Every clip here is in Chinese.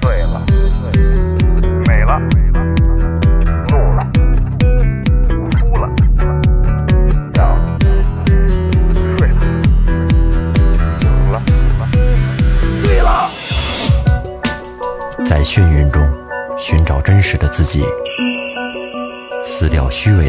醉了，美了，怒了，哭了，笑了，睡了，醒了，醉了。在眩晕中寻找真实的自己，撕掉虚伪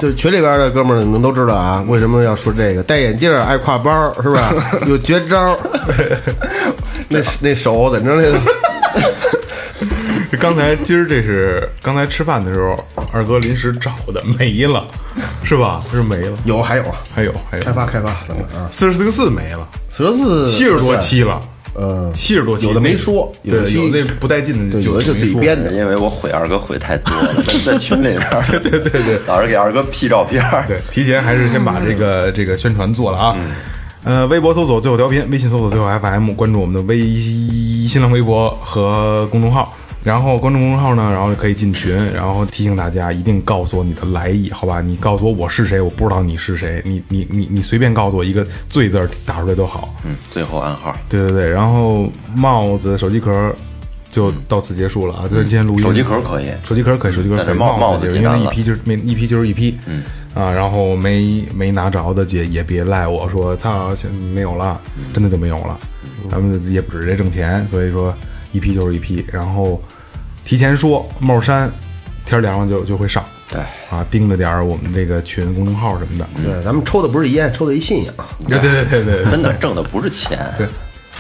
就群里边的哥们儿，你们都知道啊，为什么要说这个？戴眼镜儿，爱挎包儿，是 吧？有绝招儿。那那手怎么着？ 那这刚才今儿这是刚才吃饭的时候，二哥临时找的，没了，是吧？是没了，有还有啊？还有还开有，发开发，等着啊。四十四个四没了，十四七十多，期了，嗯，七十多期有的没说有的对，有期那不带劲的，对，有的就就自没己说。编的。因为我毁二哥毁太多了，在在群里边儿，对对对对，老是给二哥 P 照片儿，对，提前还是先把这个、这个宣传做了啊。呃，微博搜索最后调频，微信搜索最后 FM，关注我们的微新浪微博和公众号。然后关注公众号呢，然后就可以进群。然后提醒大家一定告诉我你的来意，好吧？你告诉我我是谁，我不知道你是谁，你你你你随便告诉我一个“最”字儿打出来都好。嗯，最后暗号，对对对，然后帽子、手机壳就到此结束了啊。就是今天录音，嗯手机壳可以手机壳可以，手机壳但可是以，帽帽子帽子就极因难为了一批就是没一批就是一批，嗯啊，然后没没拿着的也也别赖我说操，现在没有了，嗯真的就没有了。咱们也不指着挣钱，所以说一批就是一批，然后提前说帽衫，天儿凉了就就会上。对嗯啊，盯着点儿我们这个群公众号什么的。对，咱们抽的不是烟，抽的一信仰。对对对对对真的挣的不是钱，对，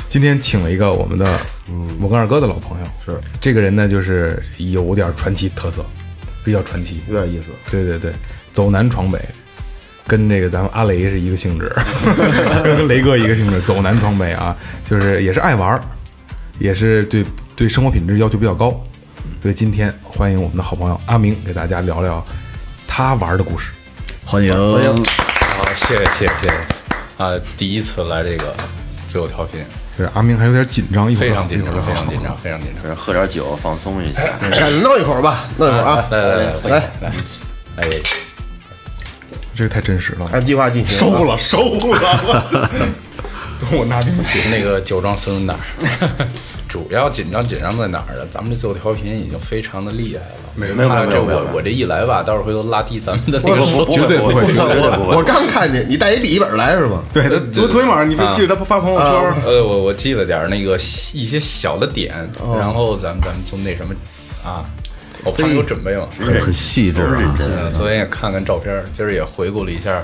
今天请了一个我们的，嗯，我跟二哥的老朋友，是这个人呢，就是有点传奇特色，比较传奇，有点意思。对对对，走南闯北，跟这个咱们阿雷是一个性质， 跟雷哥一个性质，走南闯北啊，就是也是爱玩儿，也是对对生活品质要求比较高，所以今天欢迎我们的好朋友阿明给大家聊聊他玩儿的故事。欢迎，啊，谢谢谢谢谢谢啊！第一次来这个最后调频，对，阿明还有点紧张，一会儿非常紧一会张，儿非常紧张，非常紧张。就是喝点酒放松一下。哎弄一会儿吧，弄一会儿啊。哎来来来来，来来，这个太真实了。按计划进行。啊收。了，收 了。我拿进去。那个酒庄孙哪儿？ 主要紧张紧张在哪儿呢？咱们这最后调频已经非常的厉害了，没有没有这我我这一来吧，到时候回头拉低咱们的那个收绝对不会绝对不我会。刚看见你带一笔记本来是吗？对，他昨昨天晚上你不记得他发朋友圈？呃，我我记了点儿那个一些小的点，然后咱们咱们就那什么啊，我怕有准备嘛，很细致啊。嗯，昨天也看看照片儿，今儿也回顾了一下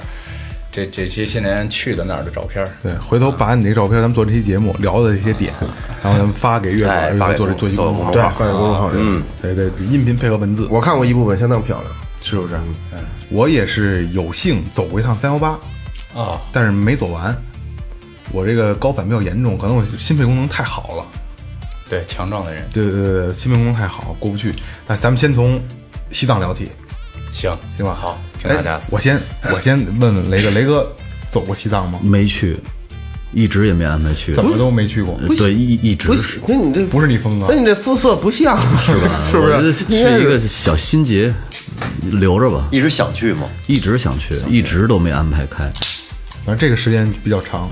这这这些年去的哪儿的照片儿。对，回头把你这照片，咱们做这期节目聊的一些点，然后咱们发给月老，哎然后做这发做给一做公众号。公众号发给公众号里。嗯，对对，音频配合文字，我看过一部分，相当漂亮。是不是？我也是有幸走过一趟三幺八，哦，但是没走完。我这个高反比较严重，可能我心肺功能太好了。对，强壮的人，对对对对，心肺功能太好，过不去。那咱们先从西藏聊起。行行吧？好，听大家哎的。我先我先问问雷哥，雷哥走过西藏吗？没去，一直也没安排去。怎么都没去过，对，一一直不是是，那你这不是你啊风格那。你这肤色不像，是吧？ 是不我觉得是？应该是一个小心结，留着吧。一直想去吗？一直想去，一直都没安排开。反正这个时间比较长，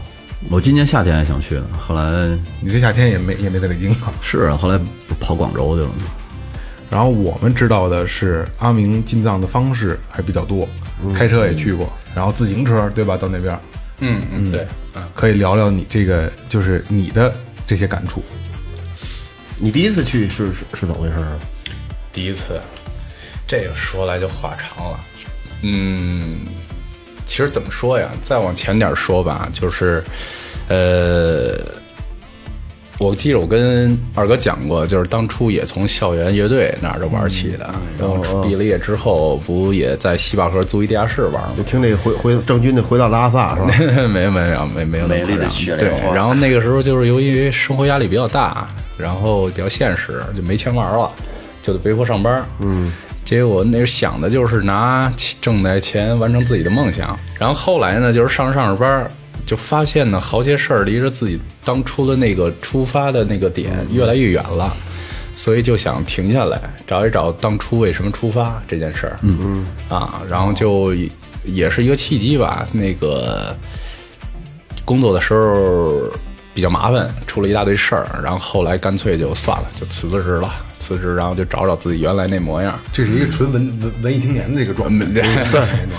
我今年夏天还想去呢，后来你这夏天也没也没在北京啊。是啊，后来跑广州去了。 然后我们知道的是，阿明进藏的方式还比较多，开车也去过，然后自行车对吧？到那边嗯嗯，对，可以聊聊你这个就是你的这些感触。你第一次去是是是怎么回事啊？第一次，这个说来就话长了。嗯，其实怎么说呀？再往前点儿说吧，就是，呃，我记着我跟二哥讲过，就是当初也从校园乐队那儿就玩起的，然后毕了业之后，不也在西坝河租一地下室玩吗？就听这回回郑钧的回到拉萨是吧？ 没有没有没没有那美么丽的夸张雪对莲花，然后那个时候就是由于生活压力比较大，然后比较现实，就没钱玩了，就得被迫上班。嗯，结果那时候想的就是拿挣来钱完成自己的梦想。然后后来呢，就是上着上着班儿，就发现呢好些事儿离着自己当初的那个出发的那个点嗯越来越远了。所以就想停下来找一找当初为什么出发这件事儿，嗯嗯，啊，然后就也也是一个契机吧。那个工作的时候比较麻烦，出了一大堆事儿，然后后来干脆就算了，就辞职了，辞职，然后就找找自己原来那模样。这是一个纯文文文艺青年的这个状态。嗯，对，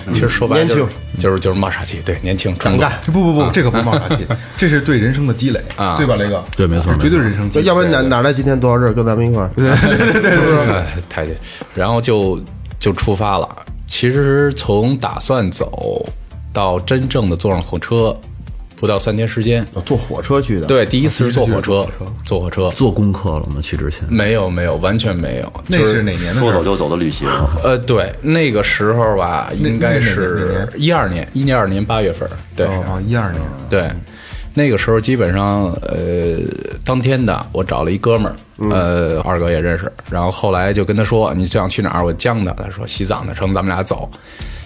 嗯其实说白了就是就是就是冒傻气，对，年轻冲动。啊不不不，这可不冒傻气，这是对人生的积累， 啊对吧，雷哥？对没错这绝对是人生积要累。要不然哪哪来今天坐到这儿跟咱们一块儿？啊哎太监，然后就就出发了。其实从打算走到真正的坐上火车，不到三天时间。坐火车去的，，对，第一次是坐火车，坐火车，做功课了吗？去之前没有没有，完全没有。那就是哪年的说事走儿？就走的旅行，呃，对，那个时候吧，应该是一二年，哦一二年八月份儿，对、啊，一二年，对，那个时候基本上呃，当天的我找了一哥们儿，呃，二哥也认识，然后后来就跟他说你想去哪儿，我将他，他说西藏的，成，咱们俩走。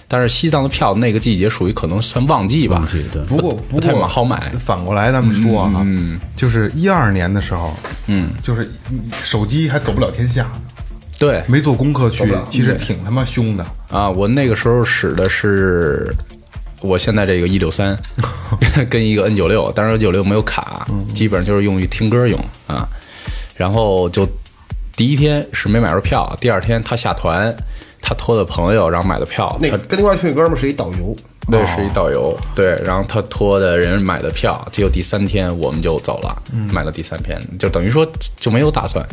但是西藏的票那个季节属于可能算旺季吧，季对不过不不太过好买，嗯反过来咱们说啊，就是一二年的时候，嗯，就是手机还走不了天下，对，没做功课去，其嗯实挺他妈凶的。啊，我那个时候使的是我现在这个一六三，跟一个 N 九六，当然 N 九六没有卡，基本上就是用于听歌用啊。然后就第一天是没买着票，第二天他下团，他托的朋友然后买的票，那他跟那块儿去的哥们儿是一导 游，哦对是一导游，对，然后他托的人买的票，结果第三天我们就走了，嗯买了第三天，就等于说就没有打算。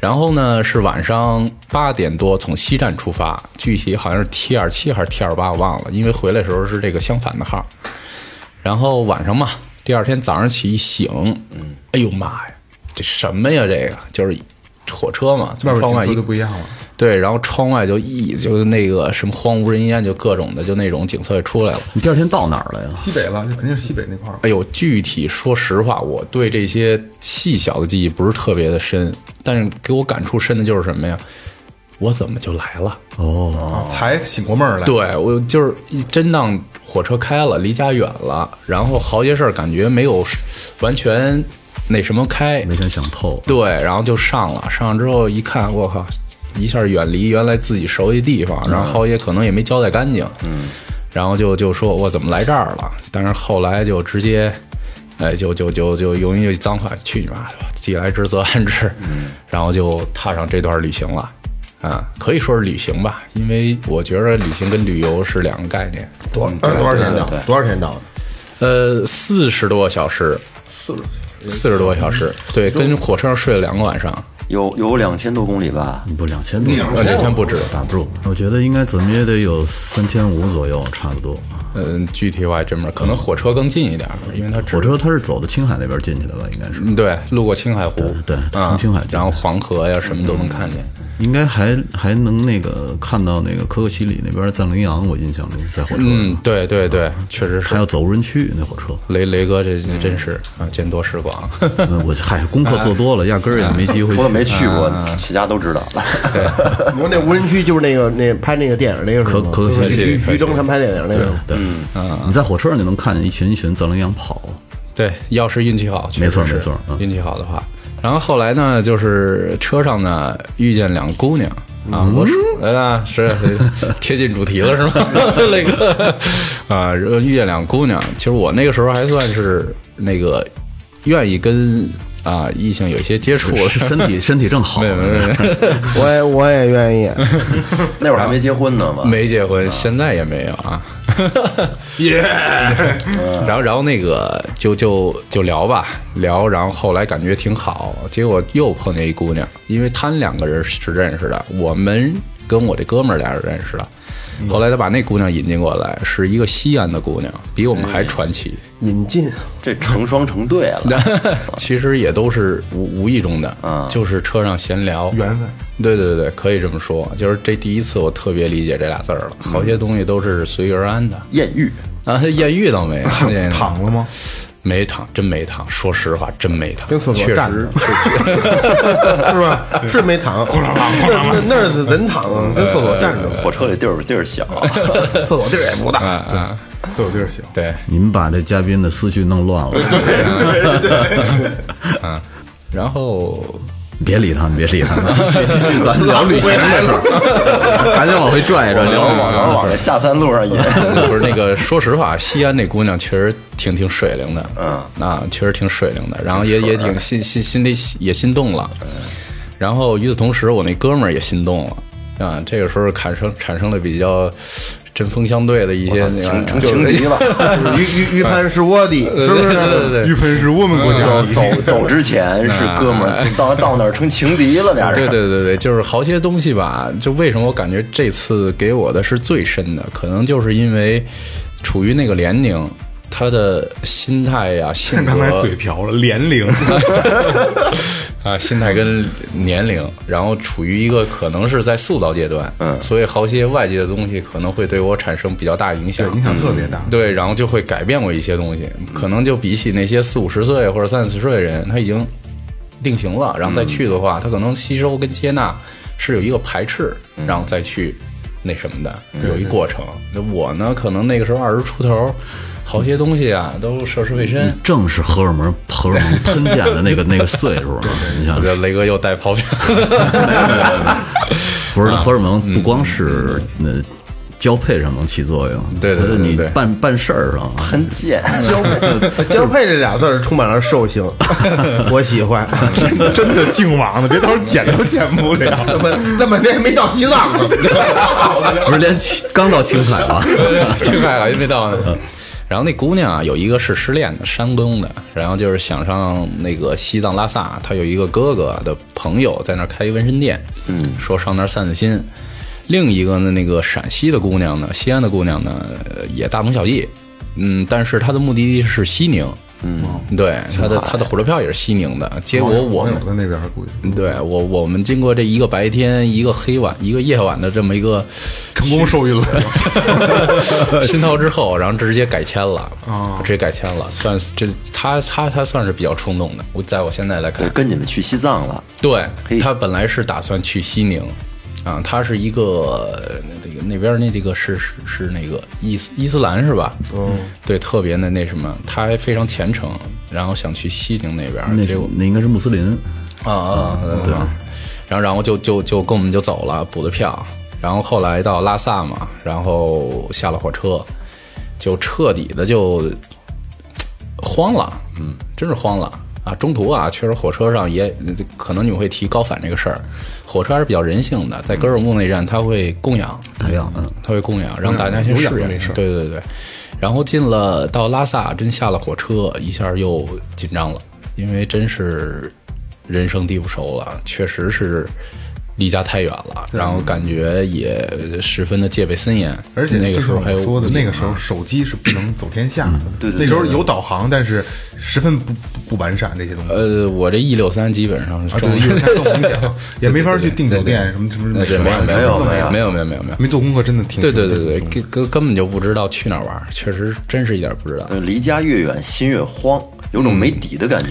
然后呢，是晚上八点多从西站出发，具体好像是 T 二七还是 T 二八，我忘了，因为回来的时候是这个相反的号。然后晚上嘛，第二天早上起一醒，嗯哎呦妈呀，这什么呀？这个就是火车嘛，从外窗边外景一色就不一样了，对，然后窗外就一就是那个什么荒无人烟，就各种的就那种景色就出来了。你第二天到哪儿了呀？西北了，就肯定是西北那块儿了。哎呦，具体说实话，我对这些细小的记忆不是特别的深，但是给我感触深的就是什么呀？我怎么就来了？哦，啊才醒过闷儿来。对我就是一真当火车开了，离家远了，然后好些事儿感觉没有完全那什么开，没全想透。对，然后就上了，上了之后一看，我靠，一下远离原来自己熟悉的地方，然后后也可能也没交代干净，嗯，然后就就说我怎么来这儿了？但是后来就直接，哎，就就就就用一句脏话，去你妈的吧，既来之则安之，然后就踏上这段旅行了。啊、可以说是旅行吧，因为我觉得旅行跟旅游是两个概念。多嗯多少钱到？多少钱 到的？呃，四十多个小时，四四十多个小时，对，跟火车上睡了两个晚上，有有两千多公里吧，不两千多，呃，两千不止。打不住。我觉得应该怎么也得有三千五左右，差不多。嗯，具体我还真不知道，可能火车更近一点儿，因为它只嗯火车它是走的青海那边进去的吧？应该是，嗯对，路过青海湖，对对啊从青海进然后黄河呀什么都能看见。应该还还能那个看到那个可可西里那边藏羚羊，我印象中在火车上，嗯，对对对，确实还要嗯是。走无人区那火车。雷雷哥这真是啊，见多识广。嗯我嗨，功课做多了，压根儿也没机会去。除了没去过，其他都知道。你说那无人区就是那个那拍那个电影那个是可吗可可徐惜，徐峥他们拍电影那个，对，嗯啊你在火车上就能看见一群一群藏羚羊跑，对，要是运气好，确没错实是没错嗯运气好的话。然后后来呢，就是车上呢遇见两个姑娘啊，嗯我说啊是贴近主题了是 吗？那个啊，遇见两个姑娘，其实我那个时候还算是那个愿意跟啊异性有一些接触的， 身体身体正好没，有没有没有。我也我也愿意。 那会儿还没结婚呢嘛，没结婚，现在也没有啊。耶！然后，然后那个就就就聊吧，聊，然后后来感觉挺好，结果又碰见一姑娘，因为他们两个人是认识的，我们跟我这哥们儿俩人认识的。后来他把那姑娘引进过来，是一个西安的姑娘，比我们还传奇。引进这成双成对了， 其实也都是无无意中的，就是车上闲聊，缘分。对对对，可以这么说。就是这第一次，我特别理解这俩字儿了。好些东西都是随遇而安的。艳遇啊，艳遇倒没有，那个躺了吗？没躺，真没躺。说实话，真没躺。跟厕所确站实着， 是吧？ 是没躺，那那儿人躺啊，跟厕所站着，火车里地儿地儿小，厕所地儿也不大。都有地儿小。啊对，你们把这嘉宾的思绪弄 乱了，然后别理他们，别理他 们，继续继续，咱聊旅行的事儿，赶紧往回拽一拽，然聊后往往然后往这下三路上引， 不是那个，说实话，西安那姑娘确实挺挺水灵的，嗯，啊，确实挺水灵的，然后也也挺心心心里也心动了，然后与此同时，我那哥们儿也心动了，啊，这个时候产生产生了比较针锋相对的一 些那个哦成成情敌了。鱼鱼鱼盘是我的，是不对 是？对对嗯玉对。盆是我们国家走 呃走走之前是哥们哎儿，到到那儿成情敌了，俩对人。对对对，就是好些东西吧。就为什么我感觉这次给我的是最深的，可能就是因为处于那个年龄，他的心态呀、性格，刚才嘴瓢了，年 龄啊，心态跟年龄，然后处于一个可能是在塑造阶段，嗯，所以好些外界的东西可能会对我产生比较大影响，嗯影响特别大。嗯对，然后就会改变我一些东西，可能就比起那些四五十岁或者三四十岁的人，他已经定型了，然后嗯再去的话，他可能吸收跟接纳是有一个排斥，嗯然后再去那什么的，有一过程。那我呢，可能那个时候二十出头，好些东西啊都涉世未深。嗯正是荷尔蒙荷尔蒙喷溅的 那个那个岁数啊！你想我，觉得雷哥又带跑偏，不是荷尔蒙不光是那交配上能起作用，嗯对对对它在你对对办办事儿上啊，很贱，嗯 交配这俩字儿充满了兽性， 我喜 欢。真的净网的，别到时候剪都剪不了。 怎么这么年没到西藏呢？不是连起刚到青海 吧？去海了，还没到呢。然后那姑娘啊，有一个是失恋的，山东的，然后就是想上那个西藏拉萨，她有一个哥哥的朋友在那儿开一纹身店，嗯，说上那儿散散心。另一个呢，那个陕西的姑娘呢，西安的姑娘呢，呃也大同小异，嗯，但是她的目的地是西宁，嗯，对，她的她的火车票也是西宁的。结果我们有的那边估计对我我们经过这一个白天、一个黑晚、一个夜晚的这么一个成功受孕了，新涛之后，然后直接改签了，直接改签了，算是这他他他算是比较冲动的。我在我现在 来对看，，跟你们去西藏了，对嘿他本来是打算去西宁，啊，他是一个呃那个那边儿那这个是是是那个伊斯伊斯兰是吧？哦，对，特别的那什么，他还非常虔诚，然后想去西宁那边儿，那结是果那应该是穆斯林，啊啊，对然后然后就就就跟我们就走了，补的票，然后后来到拉萨嘛，然后下了火车，就彻底的就嘖慌了，嗯，真是慌了啊！中途啊，确实火车上也可能你们会提高反这个事儿，火车还是比较人性的，在格尔木那站它会供养，太阳嗯，他会供养，让大家先试嗯有氧一没下事。对对对，然后进了到拉萨，真下了火车，一下又紧张了，因为真是人生地不熟了，确实是离家太远了，然后感觉也十分的戒备森严。而且那个时候还有啊就是我说的武警那个时候手机是不能走天下的，嗯对对那对时候有导航，但是十分不不不完善这些东西。呃，我这 E 六三基本上是啊，对，正因为它更明显， 也没法去订酒店，什么什么呃什对么没什么有没有都没有，没有没有没有没有。没做功课真的挺对对对对，根根根本就不知道去哪儿玩，确实真是一点儿不知道。呃离家越远心越慌，有种没底的感嗯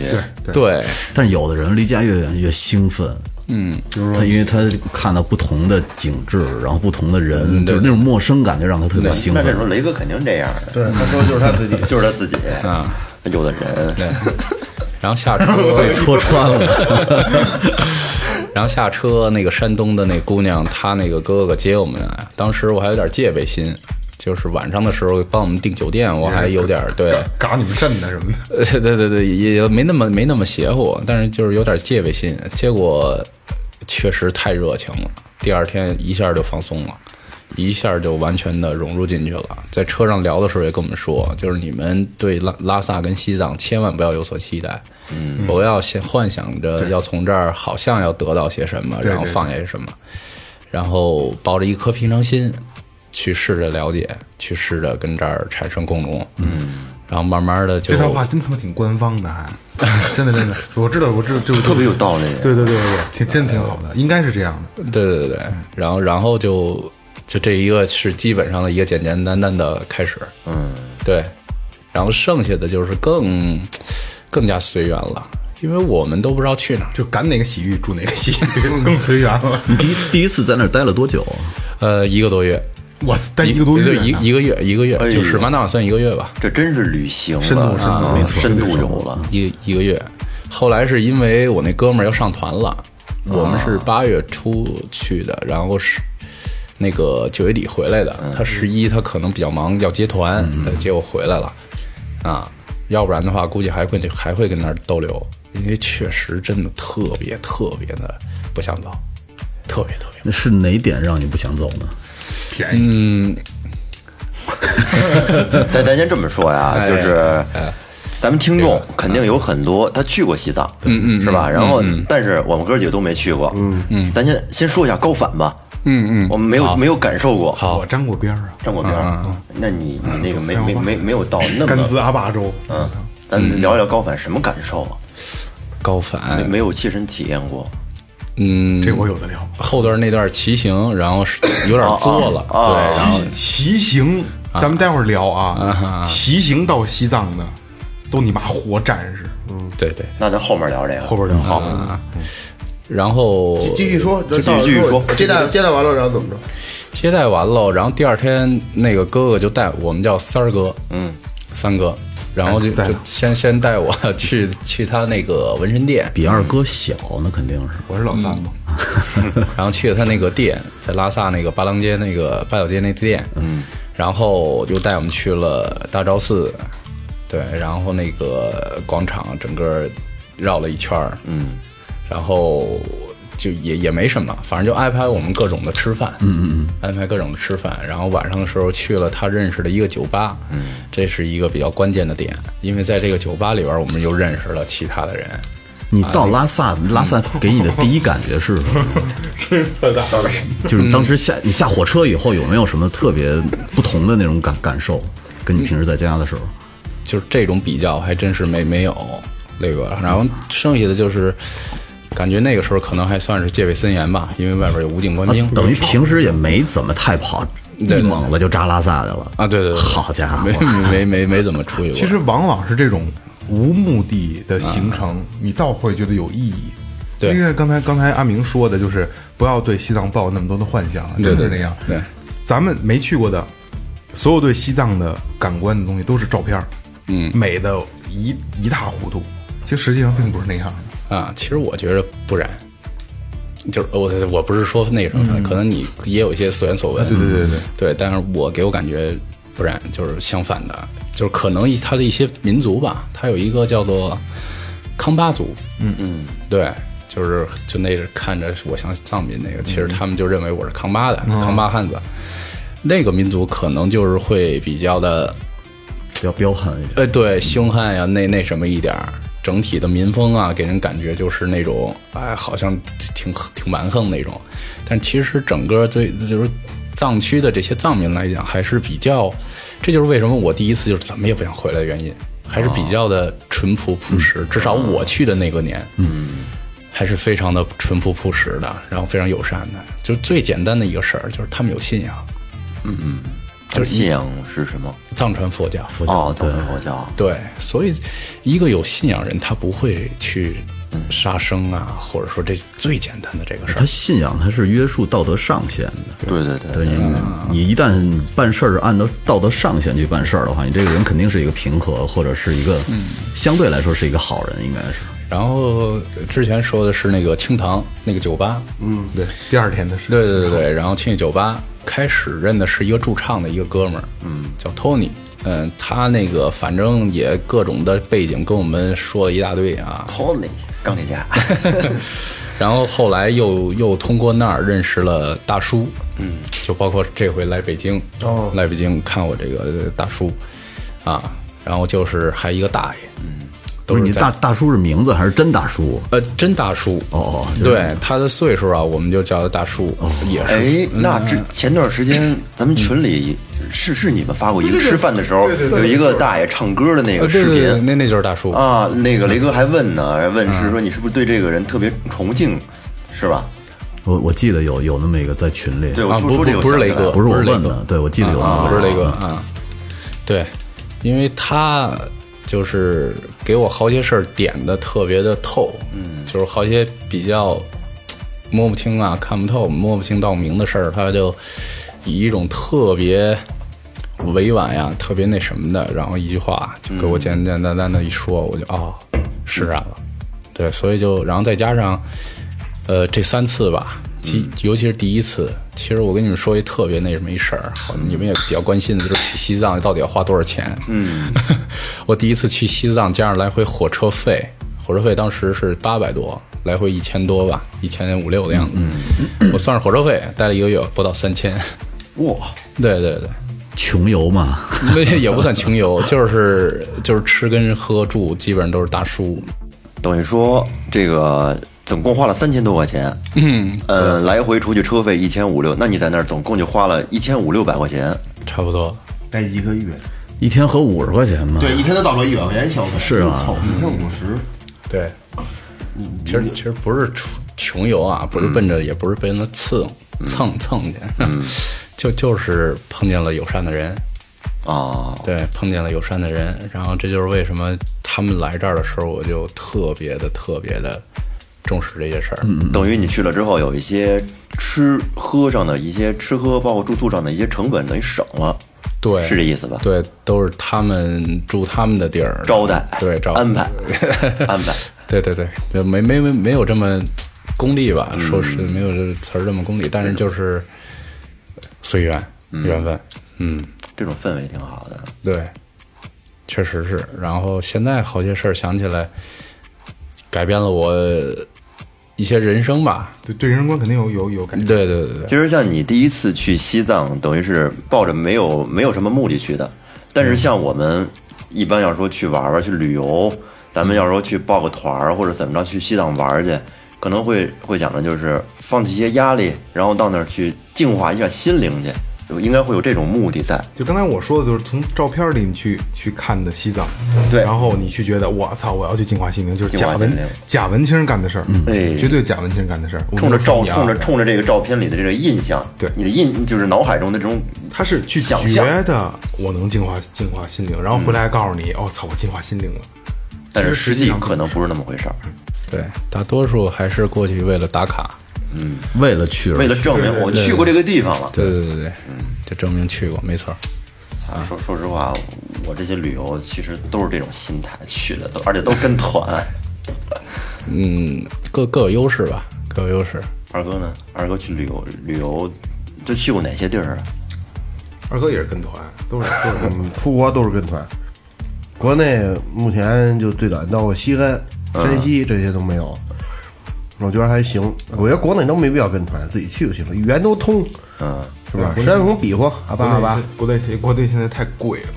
觉。对，但是有的人离家越远越兴奋，嗯，他因为他看到不同的景致，然后不同的嗯人，就是那种陌生感就让他特别兴那这奋时。候雷哥肯定这样的，对，他说就是他自己。 就是他自己啊。有的人，然后下 车戳穿了，然后下车，那个山东的那姑娘，她那个哥哥接我们来，当时我还有点戒备心，就是晚上的时候帮我们订酒店，我还有点儿对，嘎你们镇的什么的，呃，对对对，也也没那么没那么邪乎，但是就是有点戒备心。结果确实太热情了，第二天一下就放松了，一下就完全的融入进去了。在车上聊的时候也跟我们说，就是你们对拉拉萨跟西藏千万不要有所期待，嗯，不要先幻想着要从这儿好像要得到些什么，然后放下些什么。然后抱着一颗平常心去试着了解，去试着跟这儿产生共鸣，嗯，然后慢慢的就这套话真他妈挺官方的， 还真的真的，我知道，我知道，就特别有道理对对对对对，挺真的挺好的，应该是这样的。对对对，然后然后就就这一个是基本上的一个简简单单的开始，嗯，对，然后剩下的就是更更加随缘了，因为我们都不知道去哪儿。就赶哪个洗浴住哪个洗浴， 更随缘了。嗯你第一第一次在那儿待了多久啊？呃，一个多月，我待哎一个多月啊对呢，一一个月，一个月，哎呦就是满打满算一个月吧，这真是旅行了，深度深度啊没错深度有了。一一个月。后来是因为我那哥们儿要上团了，我们哦是八月初去的，然后是那个九月底回来的。嗯他十一他可能比较忙，要接团，呃结果回来了啊，要不然的话估计还会还会跟那儿逗留，因为确实真的特别特别的不想走，特别特别。那是哪点让你不想走呢？但咱先这么说呀，就是咱们听众肯定有很多他去过西藏，嗯嗯嗯，是吧？然后，但是我们哥几个都没去过，嗯嗯，咱先先说一下高反吧，嗯嗯，嗯我们没有没有感受过，好我沾过边儿啊，张果斌儿，那你你那个没没没没有到那甘孜么，阿坝州，嗯，咱们聊聊高反什么感受啊？高反，没有切身体验过，嗯，这我有哦的聊。后段那段骑行，然后是有点作了，啊啊啊哦对，然后骑行，咱们待会儿聊啊。骑行到西藏的，都你妈活战士，对对，那咱后面聊这个，后边聊嗯好。然后 继续说，继续继续说接待接待完了然后怎么着？接待完了，然后第二天那个哥哥就带我们叫三儿哥，嗯，三哥，然后就在就呢先先带我去去他那个纹身店，比二哥小，那肯定是。我是老三嘛， 然后去了他那个店，在拉萨那个巴郎街那个八角街那店，嗯，然后又带我们去了大昭寺，对，然后那个广场整个绕了一圈儿，嗯，然后就也也没什么，反正就安排我们各种的吃饭，嗯嗯嗯，安排各种的吃饭，然后晚上的时候去了他认识的一个酒吧，嗯，这是一个比较关键的点，因为在这个酒吧里边，我们又认识了其他的人，你到拉萨，拉萨给你的第一感觉是什么？就是当时下你下火车以后，有没有什么特别不同的那种感感受？跟你平时在家的时候，就是这种比较还真是没没有那个，然后剩下的就是感觉那个时候可能还算是戒备森严吧，因为外边有武警官兵，啊等于平时也没怎么太跑，一猛子就扎拉萨去了啊，对对对，好家伙没，没没没没怎么出去过。其实往往是这种无目的的行程，你倒会觉得有意义。对因为刚才刚才阿明说的就是不要对西藏抱有那么多的幻想，真的是那样。对，咱们没去过的，所有对西藏的感官的东西都是照片儿，嗯，美的一一塌糊涂。其实实际上并不是那样的。啊，其实我觉得不然，就是我我不是说那什么，可能你也有一些所言所嗯啊闻，对对对对对，但是我给我感觉不然，就是相反的，就是可能一它的一些民族吧，它有一个叫做康巴族，嗯嗯，对。就是就那是看着我像藏民那个，其实他们就认为我是康巴的、康巴汉子，那个民族可能就是会比较的比较彪悍一点。呃，对，凶悍呀、那那什么一点儿，整体的民风啊，给人感觉就是那种，哎，好像挺挺蛮横那种。但其实整个对，就是藏区的这些藏民来讲，还是比较，这就是为什么我第一次就是怎么也不想回来的原因，还是比较的淳朴朴实。至少我去的那个年，嗯，还是非常的淳朴朴实的，然后非常友善的。就最简单的一个事儿，就是他们有信仰，就是信仰是什么？藏传佛教。哦，藏传佛教。对，所以一个有信仰人，他不会去杀生啊，或者说这最简单的这个事他儿。信仰他是约束道德上限的，对对对，对你嗯你一旦办事儿按照道德上限去办事儿的话，你这个人肯定是一个平和，或者是一个嗯相对来说是一个好人，应该是。然后之前说的是那个厅堂那个酒吧，嗯，对，第二天的事，对对对对，然后去酒吧开始认的是一个驻唱的一个哥们儿，嗯，叫 Tony，嗯，他那个反正也各种的背景跟我们说了一大堆啊， Tony 钢铁侠， 然后后来又又通过那儿认识了大叔，嗯，就包括这回来北京，哦，来北京看我这个大叔，啊，然后就是还一个大爷，嗯，都不是是你在大大叔是名字还是真大叔？呃真大叔哦哦就是哦对他的岁数啊，我们就叫他大叔，也是哎，那之嗯前段时间咱们群里是是你们发过一个吃饭的时候有一个大爷唱歌的那呃个对视对对，频那那就是大叔，啊，那个雷哥还问呢，问是说你是不是对这个人特别崇敬，是吧？我我记得有有那么一个在群里，对，我啊说不说这不个不是想起雷来哥了不是我不是问雷的，对我记得有那啊，么不是个雷哥啊，对，因为他就是给我好些事儿点的特别的透，嗯，就是好些比较摸不清啊、看不透、摸不清道不明的事儿，他就以一种特别委婉呀、特别那什么的，然后一句话就给我简简单单的一说，我就哦，释然了。对，所以就然后再加上，呃，这三次吧，其、尤其是第一次，其实我跟你们说一特别那什么一事儿，好你们也比较关心的就是去西藏到底要花多少钱？嗯， 我第一次去西藏，加上来回火车费，火车费当时是八百多，来回一千多吧，一千五六的样子。嗯，我算是火车费，待了一个月不到三千。哇，对对对。穷游嘛，那也不算穷游，就是就是吃跟喝住，基本上都是大叔。等于说这个总共花了三千多块钱，嗯，呃，来回出去车费一千五六，那你在那儿总共就花了一千五六百块钱，差不多，待一个月，一天合五十块钱嘛。对，一天都到不了一百块钱消费，是啊操，一天五十，对。其实其实不是穷穷游啊，不是嗯奔着，也不是奔着蹭蹭蹭去， 就就是碰见了友善的人，哦啊，对，碰见了友善的人，然后这就是为什么他们来这儿的时候，我就特别的特别的重视这些事儿。等于你去了之后有一些吃喝上的一些吃喝，包括住宿上的一些成本等于省了，对，是这意思吧？，对，都是他们住他们的地儿招待，对招 安排，安排，对对对，就没没没没有这么功利嗯吧？说是没有这词儿这么功利，但是就是随缘缘分，嗯，这种氛围挺好的。对，确实是。然后现在好些事儿想起来，改变了我一些人生吧。对对人生观肯定有有有改变。对对对对，其实像你第一次去西藏，等于是抱着没有没有什么目的去的。但是像我们一般要说去玩玩、去旅游，咱们要说去报个团儿或者怎么着去西藏玩去，可能会会讲的就是放弃一些压力，然后到那儿去净化一下心灵去，就应该会有这种目的在。就刚才我说的，就是从照片里你去去看的西藏，对然后你去觉得我操，我要去净化心灵，就是净化假文心灵假文青人干的事儿，嗯哎绝对假文青人干的事儿。冲着照，冲着着冲着这个照片里的这个印象，对你的印就是脑海中的这种，他是去想象嗯觉得我能净化净化心灵，然后回来告诉你，哦操，我净化心灵了。但是其实实实际际上可能不是那么回事儿。对，大多数还是过去为了打卡。为了去而去，为了证明我去过这个地方了，对对对对，嗯就证明去过，没错儿。啊说说实话，我这些旅游其实都是这种心态去的，都而且都跟团。各各有优势吧，各有优势。二哥呢？二哥去旅游，旅游就去过哪些地儿啊？二哥也是跟团，都是 都是跟团。嗯，出国都是跟团。国内目前就最早到过西安、山西这些都没有，我觉得还行。我觉得国内都没必要跟团，自己去就行了，语言都通，嗯，是吧？山红比划，阿巴阿巴。国内现国内现在太贵了，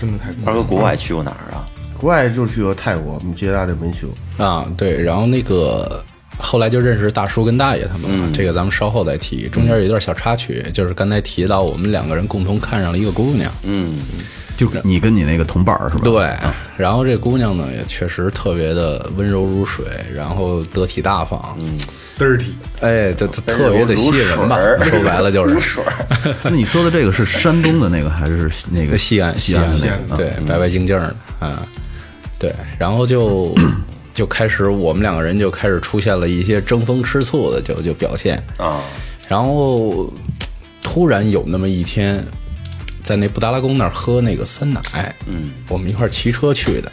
真的太贵二了。哥国外去过哪儿啊？国外就去过泰国，我们接大就没去过。啊，对，然后那个后来就认识大叔跟大爷他们嗯了，这个咱们稍后再提。中间有一段小插曲，就是刚才提到我们两个人共同看上了一个姑娘，嗯，啊就你跟你那个同伴儿是吧？对，然后这姑娘呢也确实特别的温柔如水，然后得体大方， dirty，哎，特特特别的吸引人吧嗯温柔？如水说白了就如是。水儿，那你说的这个是山东的那个还是那个西安，西安的那个？的对，嗯白白净净的啊，对，然 后就就开始我们两个人就开始出现了一些争风吃醋的就就表现啊，然后突然有那么一天，在那布达拉宫那儿喝那个酸奶，嗯，我们一块儿骑车去的，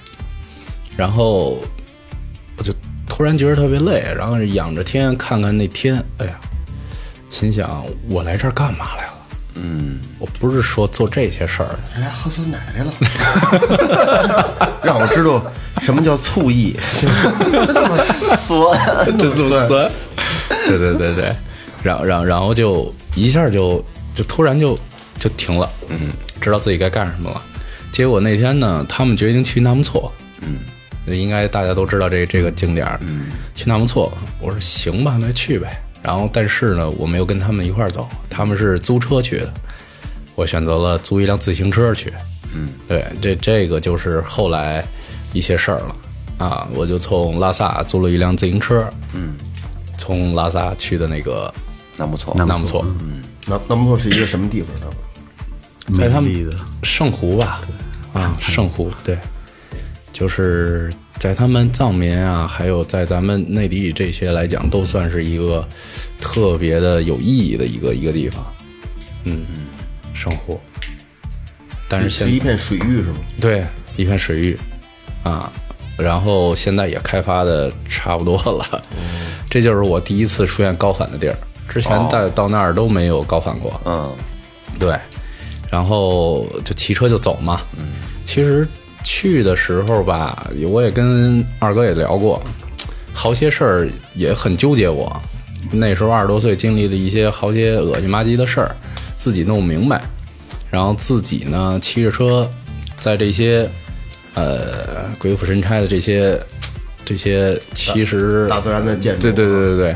然后我就突然觉得特别累，然后仰着天看看那天，哎呀，心想我来这儿干嘛来了？嗯，我不是说做这些事儿的，人家哎喝酸奶来了， 让我知道什么叫醋意。酸， 这这么酸，对对对对，然后然后然后就一下就就突然就就停了，嗯，知道自己该干什么了。结果那天呢，他们决定去纳木错，嗯，嗯应该大家都知道这这个景点儿，去纳木错。我说行吧，那去呗。然后但是呢，我没有跟他们一块儿走，他们是租车去的，我选择了租一辆自行车去。嗯，对，这这个就是后来一些事儿了啊，我就从拉萨租了一辆自行车，嗯，从拉萨去的那个那不错，纳木错，那那木错是一个什么地方呢？在他美丽们的圣湖吧，啊，圣湖对，就是在他们藏民啊，还有在咱们内地这些来讲，都算是一个特别的有意义的一个一个地方。嗯，圣湖，但是现是一片水域是吗？对一片水域啊，然后现在也开发的差不多了，这就是我第一次出现高反的地儿，之前在到那儿都没有高反过。嗯，对，然后就骑车就走嘛。嗯，其实去的时候吧，我也跟二哥也聊过，好些事儿也很纠结我。那时候二十多岁，经历了一些好些恶心吧唧的事儿，自己弄不明白，然后自己呢骑着车，在这些呃鬼斧神差的这些这些，其实大自然的嗯建筑，对对对对对，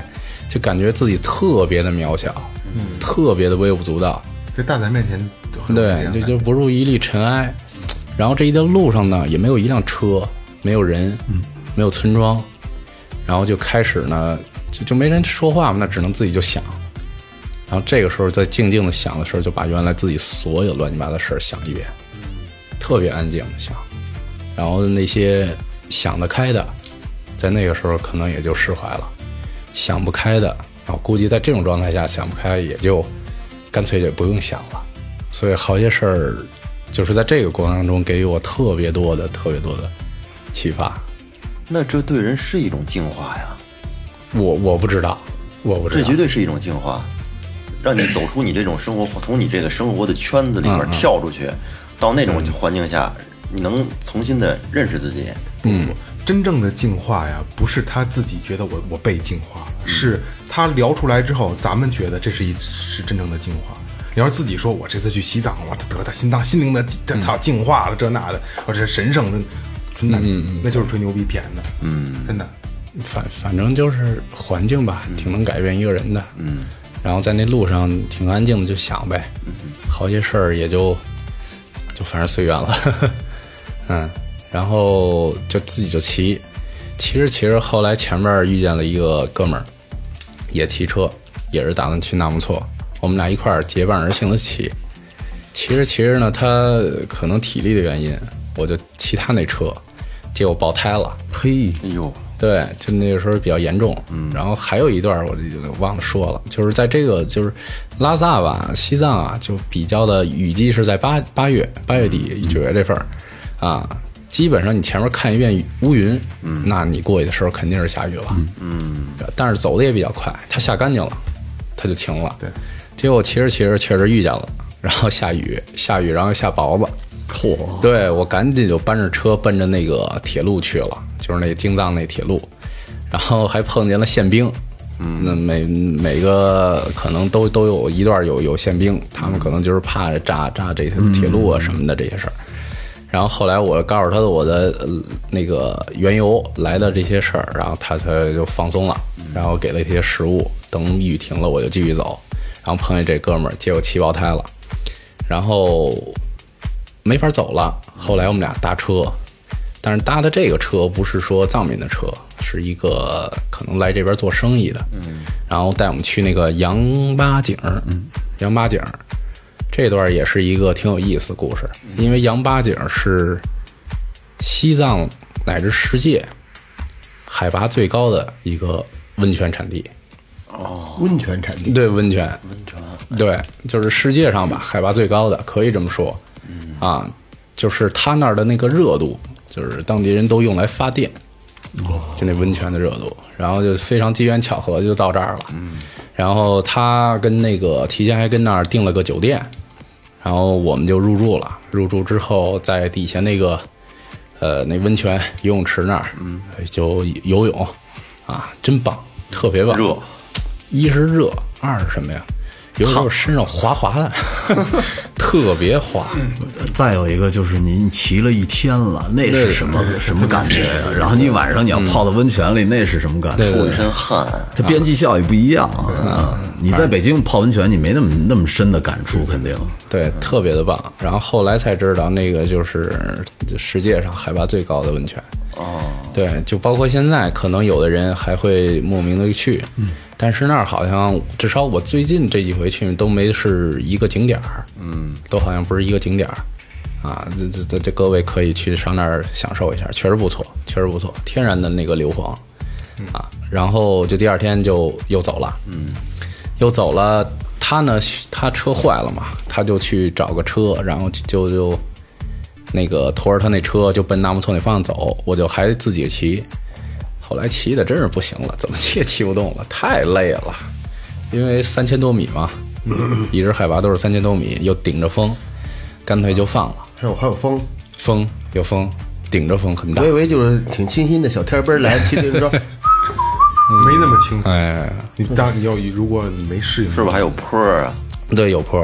就感觉自己特别的渺小，嗯，特别的微不足道。这大咱面前很有力对，量就就不入一粒尘埃。然后这一条路上呢，也没有一辆车，没有人，没有村庄，然后就开始呢，就就没人说话嘛，那只能自己就想。然后这个时候在静静的想的时候，就把原来自己所有乱七八糟的事儿想一遍，特别安静的想。然后那些想得开的，在那个时候可能也就释怀了；想不开的，然后估计在这种状态下想不开，也就干脆也不用想了。所以好些事儿，就是在这个过程当中给予我特别多的、特别多的启发。那这对人是一种净化呀，我我不知道，我不知这道绝，对是啊一种净化，让你走出你这种生活，从你这个生活的圈子里面跳出去，到那种环境下，你能重新的认识自己。真正的净化呀，不是他自己觉得我我被净化嗯了，是他聊出来之后，咱们觉得这是一是真正的净化。你要是自己说，我这次去西藏，我得到心脏心灵的这操净化了，这那的，我这神圣的，真嗯的，那就是吹牛逼骗的，嗯，真的。反反正就是环境吧，挺能改变一个人的。嗯，然后在那路上挺安静的，就想呗，好些事儿也就就反正随缘了。 嗯，然后就自己就骑，骑着骑着，后来前面遇见了一个哥们儿，也骑车，也是打算去纳木错，我们俩一块儿结伴而行的骑。骑着骑着呢，他可能体力的原因，我就骑他那车，结果爆胎了。嘿，哎呦，对，就那个时候比较严重。嗯，然后还有一段我就忘了说了，就是在这个就是拉萨吧，西藏啊，就比较的雨季是在八八月八月底九月这份儿啊，基本上你前面看一遍乌云，嗯，那你过去的时候肯定是下雨了，嗯，但是走的也比较快，它下干净了，它就晴了。对，结果骑着骑着确实遇见了，然后下雨下雨，然后下雹子。嚯，对我赶紧就搬着车奔着那个铁路去了，就是那京藏那铁路，然后还碰见了宪兵，嗯，那每每个可能都都有一段有有宪兵，他们可能就是怕炸炸这条铁路啊什么的这些事儿。然后后来我告诉他的我的呃那个缘由来的这些事儿，然后他他就放松了，然后给了一些食物。等雨停了，我就继续走，然后碰见这哥们儿，结果骑爆胎了，然后没法走了。后来我们俩搭车，但是搭的这个车不是说藏民的车，是一个可能来这边做生意的，嗯，然后带我们去那个羊八井，嗯，羊八井这段也是一个挺有意思的故事，因为羊八井是西藏乃至世界海拔最高的一个温泉产地，温泉产地，对温泉，温泉，对，就是世界上吧，海拔最高的，可以这么说，啊，就是它那儿的那个热度，就是当地人都用来发电，就那温泉的热度，然后就非常机缘巧合就到这儿了，然后他跟那个提前还跟那儿订了个酒店，然后我们就入住了，入住之后在底下那个。呃，那温泉游泳池那儿，嗯，就游泳，啊，真棒，特别棒，热，一是热，二是什么呀？有的时候身上滑滑的， 特别滑，再有一个就是你你骑了一天了，那是什么什么感觉呀？然后你晚上你要泡到温泉里，那是什么感觉？一身汗，它边际效益不一样啊！你在北京泡温泉，你没那么那么深的感触，肯定。对，特别的棒。然后后来才知道，那个就是世界上海拔最高的温泉。哦，对，就包括现在，可能有的人还会莫名的去，但是那儿好像至少我最近这几回去都没是一个景点儿，嗯，都好像不是一个景点儿，啊，这这这这各位可以去上那儿享受一下，确实不错，确实不错，天然的那个硫磺，啊，然后就第二天就又走了，嗯，又走了，他呢他车坏了嘛，他就去找个车，然后就就。那个驮着他那车就奔纳木错那方向走，我就还自己骑。后来骑的真是不行了，怎么骑也骑不动了，太累了。 因为三千多米嘛，一直海拔都是三千多米，又顶着风，干脆就放了。还有还有风，风有风，顶着风 很大我以。为就是挺清新的小天儿奔儿来，骑自 行车，没那么清楚。嗯哎，你当你要如果你没适应，是不是还有坡儿啊？对，有坡，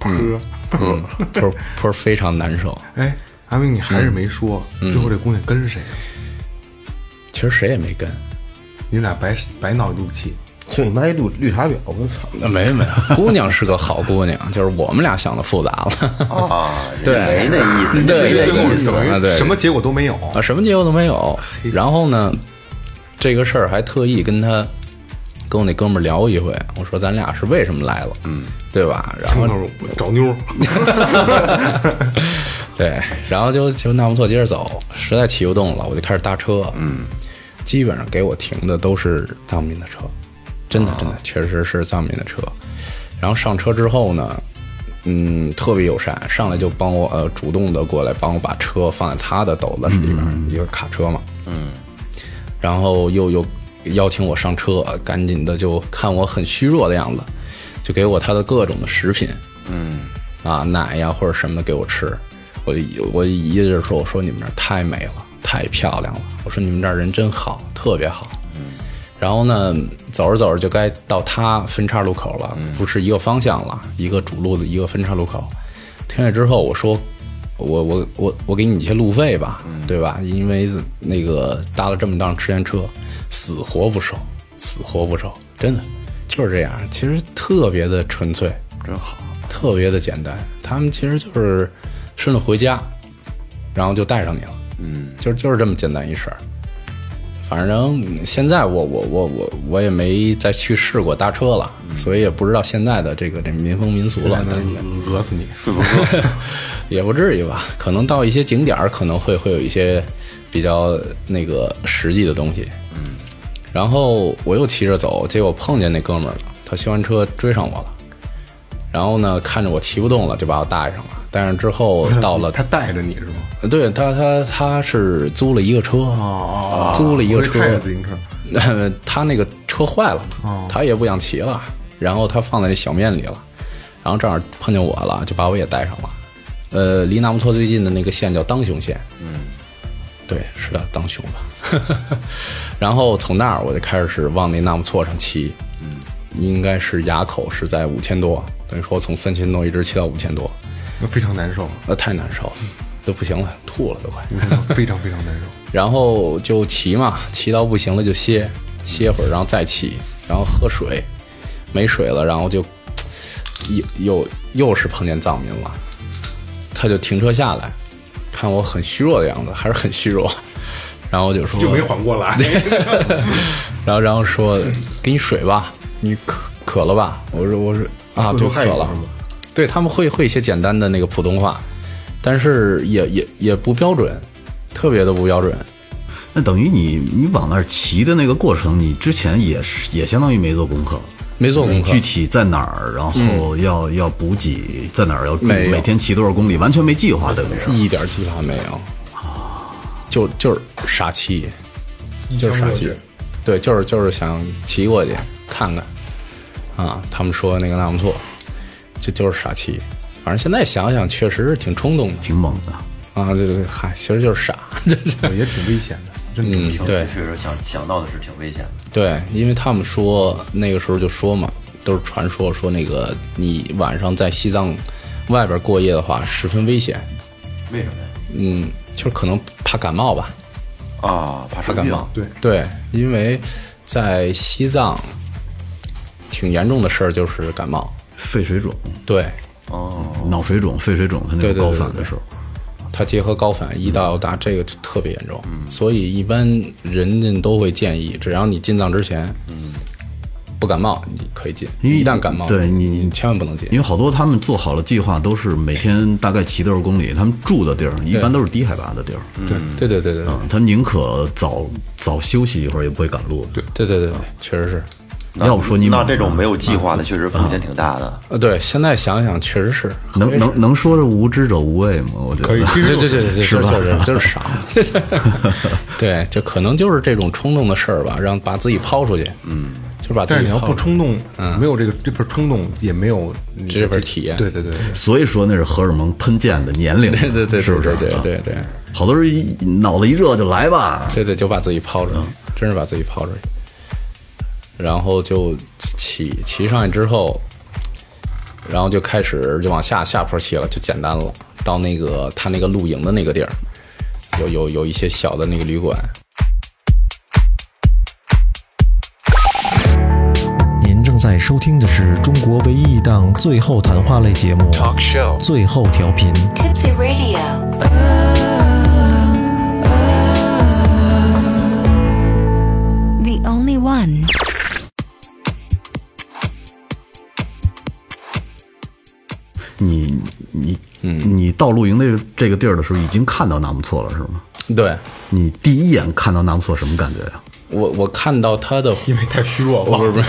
喝？嗯，坡坡非常难受。哎，阿明，你还是没说，嗯最后这姑娘跟谁了？其实谁也没跟，你们俩白白闹一肚子气。就你妈一绿绿茶婊，我操！那呃没没， 姑娘是个好姑娘，就是我们俩想的复杂了。 啊，对，没那意思，没那最后意思。啊等于对什么结果都没有。啊，什么结果都没有。然后呢，这个事儿还特意跟他跟我那哥们儿聊一回，我说咱俩是为什么来了，嗯，对吧？然后听着我找妞儿，对，然后就就纳木错接着走，实在骑不动了，我就开始搭车，嗯，基本上给我停的都是藏民的车，真的真的确实是藏民的车。然后上车之后呢，嗯，特别友善，上来就帮我呃主动的过来帮我把车放在他的斗子里边，一个卡车嘛，嗯，然后又又邀请我上车，呃赶紧的就看我很虚弱的样子，就给我他的各种的食品，啊奶呀或者什么的给我吃，我就我一直说我说你们这儿太美了，太漂亮了，我说你们这儿人真好，特别好。然后呢，走着走着就该到他分岔路口了，不是一个方向了，一个主路的一个分岔路口。停下之后，我说，我我我我给你一些路费吧，对吧？因为那个搭了这么长时间车，死活不收，死活不收，真的就是这样。其实特别的纯粹，真好，特别的简单。他们其实就是顺路回家，然后就带上你了，嗯，就就是这么简单一事儿。反正现在我我我我我也没再去试过搭车了，所以也不知道现在的这个这民风民俗了。但是讹嗯 死你！也不至于吧，可能到一些景点儿可能会会有一些比较那个实际的东西。嗯，然后我又骑着走，结果碰见那哥们儿了，他修完车追上我了，然后呢看着我骑不动了，就把我带上了。但是之后到了， 他带着你是吗？对他他他是租了一个车，哦租了一个车，开着自行车，那 他那个车坏了嘛，他也不想骑了，然后他放在这小面里了，然后正好碰见我了，就把我也带上了。呃，离纳木错最近的那个县叫当雄县，嗯，对，是的，当雄吧。 然后从那儿我就开始往那纳木错上骑，嗯，应该是垭口是在五千多，等于说从三千多一直骑到五千多，那非常 难受，呃，太难受了，都不行了，吐了都快。非常非常难受。然后就骑嘛，骑到不行了就歇歇会儿，然后再骑，然后喝水，没水了，然后就又又又是碰见藏民了，他就停车下来，看我很虚弱的样子，还是很虚弱，然后就说就没缓过 来，然后然后说给你水吧，你渴渴了吧？我说我说啊，对，渴了。对他们会会一些简单的那个普通话，但是也也也不标准，特别的不标准。那等于你你往那儿骑的那个过程，你之前也是也相当于没做功课，没做功课具体在哪儿，然后要、要补给，在哪儿要住，没有每天骑多少公里，完嗯全没计划，对不对？一点计划没有，就就是傻气，就是傻气，对，就是就是想骑过去看看，啊，他们说那个纳木错，就就是傻气，反正现在想想确实是挺冲动的挺猛的。啊，对对对，嗨，其实就是傻， 这这也挺危险的，真的。嗯对确实想想到的是挺危险的。对，因为他们说那个时候就说嘛，都是传说说那个你晚上在西藏外边过夜的话十分危险。为什么呀？嗯，就是可能怕感冒吧，啊，怕怕生感病冒。。对对，因为在西藏挺严重的事儿就是感冒。肺水肿、对，脑水肿、肺水肿，它那对个对高对反对的时候，它结合高反、胰岛达这个特别严重，嗯所以一般人家都会建议，只要你进藏之前，不感冒你可以进，因为一旦感冒，对你你千万不能进因。为好多他们做好了计划，都是每天大概骑多少公里，他们住的地儿一般都是低海拔的地儿，对对对对对嗯，他宁可早早休息一会儿，也不会赶路。对，对对对对，确实是。要不说你那这种没有计划啊的，确实风险挺大的。呃，对，现在想想确实是，能能能说是无知者无畏吗？我觉得可以对对对对对，就是就是就 是傻， 对对对，就可能就是这种冲动的事儿吧，让把自己抛出去，嗯，就是把自但是己你要抛不出去，冲动，没有这个这份冲动，也没有你这份体验对对对，对 所以说那是荷尔蒙喷溅的年龄，啊 对对对，是不是？对对对啊，对好多人一脑子一热就来吧，对对，就把自己抛嗯出去，真是把自己抛出去。然后就骑骑上去之后，然后就开始就往下下坡骑了，就简单了。到那个他那个露营的那个地儿，有有有一些小的那个旅馆，您正在收听的是中国唯一一档最后谈话类节目《Talk Show》最后调频。 Tipsy Radio. The only one. 你你你到露营那这个地儿的时候，已经看到纳木错了，是吗？对你第一眼看到纳木错什么感觉呀、哎我我看到他的哦因为太虚弱，忘了。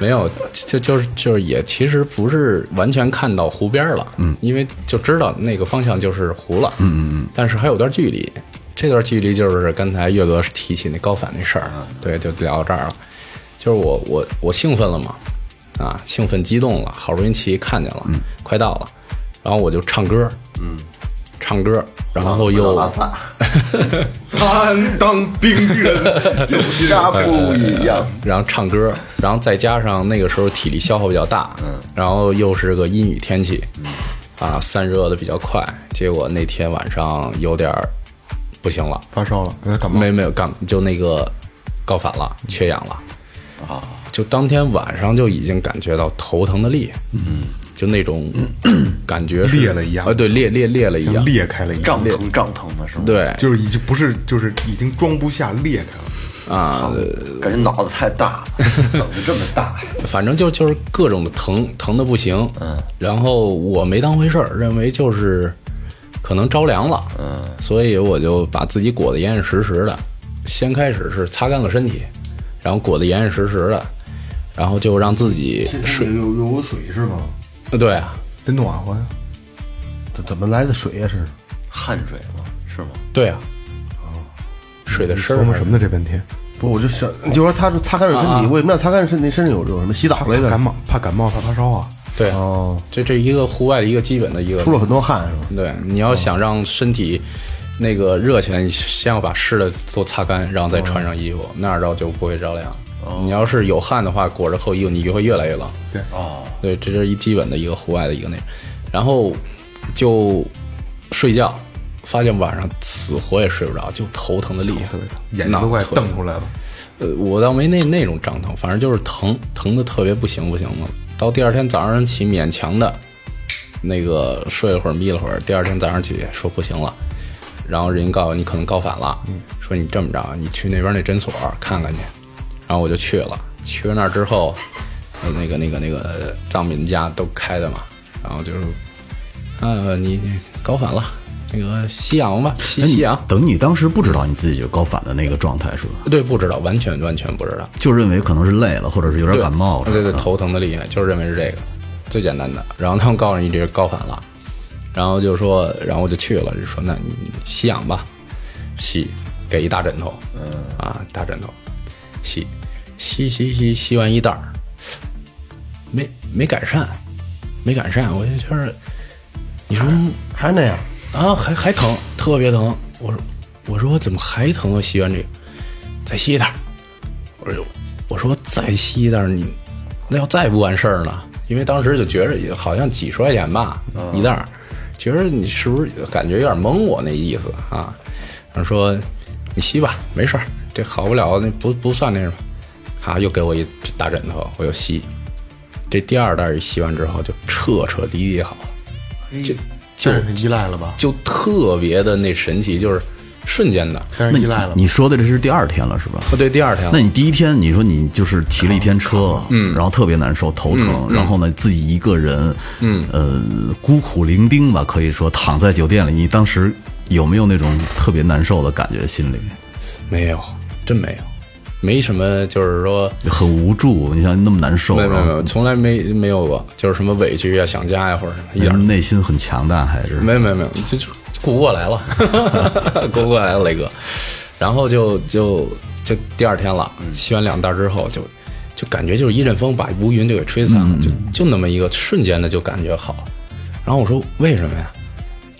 没有，就就是就是也其实不是完全看到湖边儿了，嗯，因为就知道那个方向就是湖了，嗯嗯嗯，但是还有段距离，这段距离就是刚才岳哥提起那高反那事儿，对，就聊到这儿了，就是我我我兴奋了嘛，啊，兴奋激动了，好不容易骑看见了，快到了，然后我就唱歌，嗯，唱歌，然后又拉萨，参当兵人，其他不一样。然后唱歌，然后再加上那个时候体力消耗比较大，嗯，然后又是个阴雨天气，嗯啊，散热的比较快，结果那天晚上有点儿不行了，发烧了，有点感冒。没没有干，就那个高反了，缺氧了，啊，就当天晚上就已经感觉到头疼的厉害，嗯，就那种感觉是嗯裂了一样啊，对，裂裂裂了一像样，裂开了一样，胀疼胀疼的是吗？，对，就是已经不是，就是已经装不下，裂开了。感觉脑子太大 了，怎么这么大呀？反正就就是各种的疼，疼的不行。嗯，然后我没当回事儿，认为就是可能着凉了。嗯，所以我就把自己裹得严严实实的。先开始是擦干了身体，然后裹得严严实实的，然后就让自己水有有水是吗？呃对啊，得暖和呀，这怎么来的水呀、是？汗水吗？是吗？对啊，水的声琢儿磨什么呢？这半天不，我就想，你就说他擦干了身体，为什么要擦干身体？身上有有什么洗澡怕来的感？冒，怕感冒，怕发烧啊。对啊，哦，这这一个户外的一个基本的一个出了很多汗是吧？对，你要想让身体那个热起来，你先要把湿的都擦干，然后再穿上衣哦服，那样着就不会着凉。你要是有汗的话，裹着厚衣服，你就会越来越冷。对哦，对，这是一基本的一个户外的一个那，然后就睡觉，发现晚上死活也睡不着，就头疼的厉害，眼睛都快瞪出来。来了。呃，我倒没那那种胀疼，反正就是疼，疼的特别不行不行的。到第二天早上起，勉强的，那个睡一会儿，眯了会儿。第二天早上起说不行了，然后人家告诉我你可能高反了，说你这么着，你去那边那诊所看看去。然后我就去了，去了那儿之后，呃那个那个那个藏民家都开的嘛，然后就是，啊，你你高反了，那个吸氧吧，吸哎你吸氧。等你当时不知道你自己有高反的那个状态是吧？对，不知道，完全完全不知道。就认为可能是累了，或者是有点对感冒了。啊对对，头疼的厉害，就是认为是这个最简单的。然后他们告诉你这是高反了，然后就说，然后我就去了，就说那你吸氧吧，吸，给一大枕头，嗯啊，大枕头，吸，吸吸吸吸完一袋儿，没没改善，没改善，我就觉得，你说还那样，啊，还还疼，特别疼。我说，我说我怎么还疼啊？吸完这个，再吸一袋儿。我说，我说再吸一袋儿，你那要再不完事儿呢？因为当时就觉着也好像几十块钱吧一袋儿，觉着你是不是感觉有点蒙我那意思啊？然后说你吸吧，没事儿，这好不了，那不不算那什么。咔，又给我一大枕头，我又吸。这第二袋儿一吸完之后，就彻彻底底好了，就就依赖了吧？就特别的那神奇，就是瞬间的。开始那依你赖了吧？你说的这是第二天了是吧？哦，对，第二天那你第一天你说你就是骑了一天车，嗯，然后特别难受，头嗯疼，然后呢自己一个人，嗯，呃，孤苦伶仃吧，可以说躺在酒店里，你当时有没有那种特别难受的感觉？心里没有，真没有，没什么，就是说很无助，你想那么难受，没有没有然没后有，从来没没有过，就是什么委屈呀、想家呀或者什么，一点儿内心很强大，还是没有没有没有，就就顾不过来了，顾不过来了，雷哥。然后就就就第二天了，吸完两袋之后就就感觉就是一阵风把乌云就给吹散了，就就那么一个瞬间的就感觉好。然后我说为什么呀？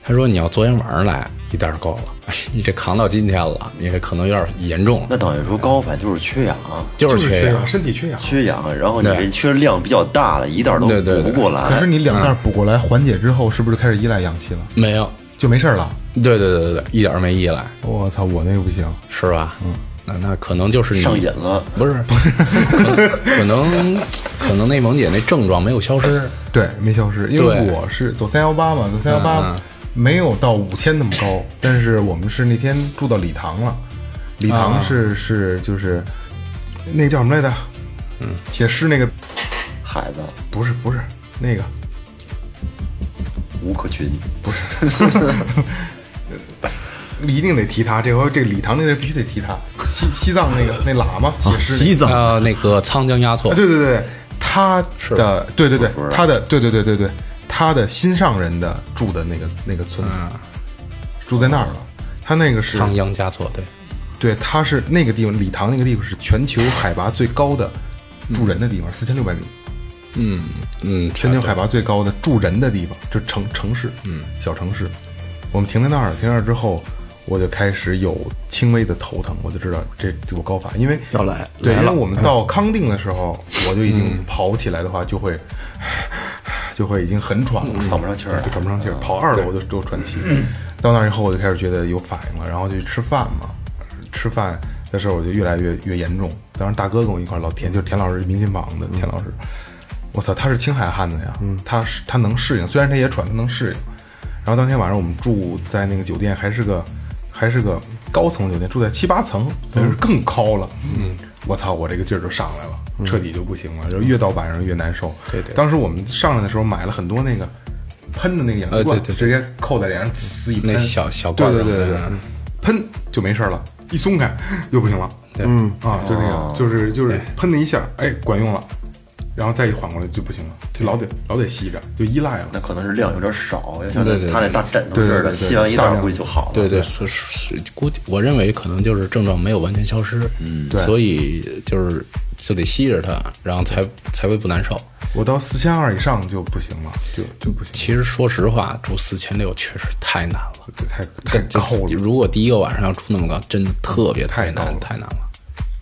他说你要昨天晚上来一袋儿够了，你这扛到今天了，你这可能有点严重了，那等于说高反就是缺氧，啊就是缺氧。身体缺氧。缺氧，然后你对这缺量比较大了，一袋儿都对对补不对过来。可是你两袋补过来缓解之后，是不是开始依赖氧气了？没有，就没事儿了？对对对对对，一点儿没依赖，我操，我那个不行，是吧？嗯，那那可能就是你上瘾了，不 是，不是，可可能可能那萌姐那症状没有消失，对，嗯没消失，因为对我是走三幺八嘛，走三幺八没有到五千那么高，但是我们是那天住到礼堂了，礼堂是、是就是那叫什么来着？嗯，写诗那个海子不是不是那个无可群，一定得提他，这回这个礼堂那个必须得提他，西西藏那个那喇嘛写诗那个、西藏啊，那个仓江压错啊，，对对对对，他是的对对对不知，道他的对对对对对，他的心上人的住的那个那个村子，住在那儿了。他那个是仓央嘉措，对，对，它是那个地方，礼堂那个地方是全球海拔最高的住人的地方，四千六百米，嗯，全球海拔最高的住人的地方，就城城市，嗯，小城市。我们停在那儿，停那儿之后，我就开始有轻微的头疼，我就知道这我高反，因为要来对，来因了为我们 到康定的时候，我就已嗯经跑起来的话，就会就会已经很喘了，嗯喘不上气儿了嗯对喘不上气儿，跑二楼就都喘气。到那儿以后，我就开始觉得有反应了，然后就去吃饭嘛，吃饭的时候我就越来越越严重。当时大哥跟我一块儿，老田就是田老师，明琴坊的田老师，我操，他是青海汉子呀，嗯他是他能适应，虽然他也喘，他能适应。然后当天晚上我们住在那个酒店，还是个还是个高层酒店，住在七八层，就是更高了。嗯，我操，我这个劲儿就上来了，彻底就不行了，然后越到晚上越难受。嗯对对当时我们上来的时候买了很多那个喷的那个氧气呃罐，对对对直接扣在脸上，呲一喷，那小小对罐对儿对对对嗯，喷就没事儿了，一松开又不行了。对嗯啊，就那个，就是就是喷了一下，哎，管用了，然后再一缓过来就不行了，就老得老得吸着，就依赖了。那可能是量有点少，要像对对他那大枕头对对对似的，对吸完一袋大儿量估计就好了。对对，是是，估计我认为可能就是症状没有完全消失，嗯，对所以就是就得吸着它，然后才才会不难受。我到四千二以上就不行了，就就不行，其实说实话，住四千六确实太难了，太太就高了。如果第一个晚上要住那么高，真的特别太高难了太难了，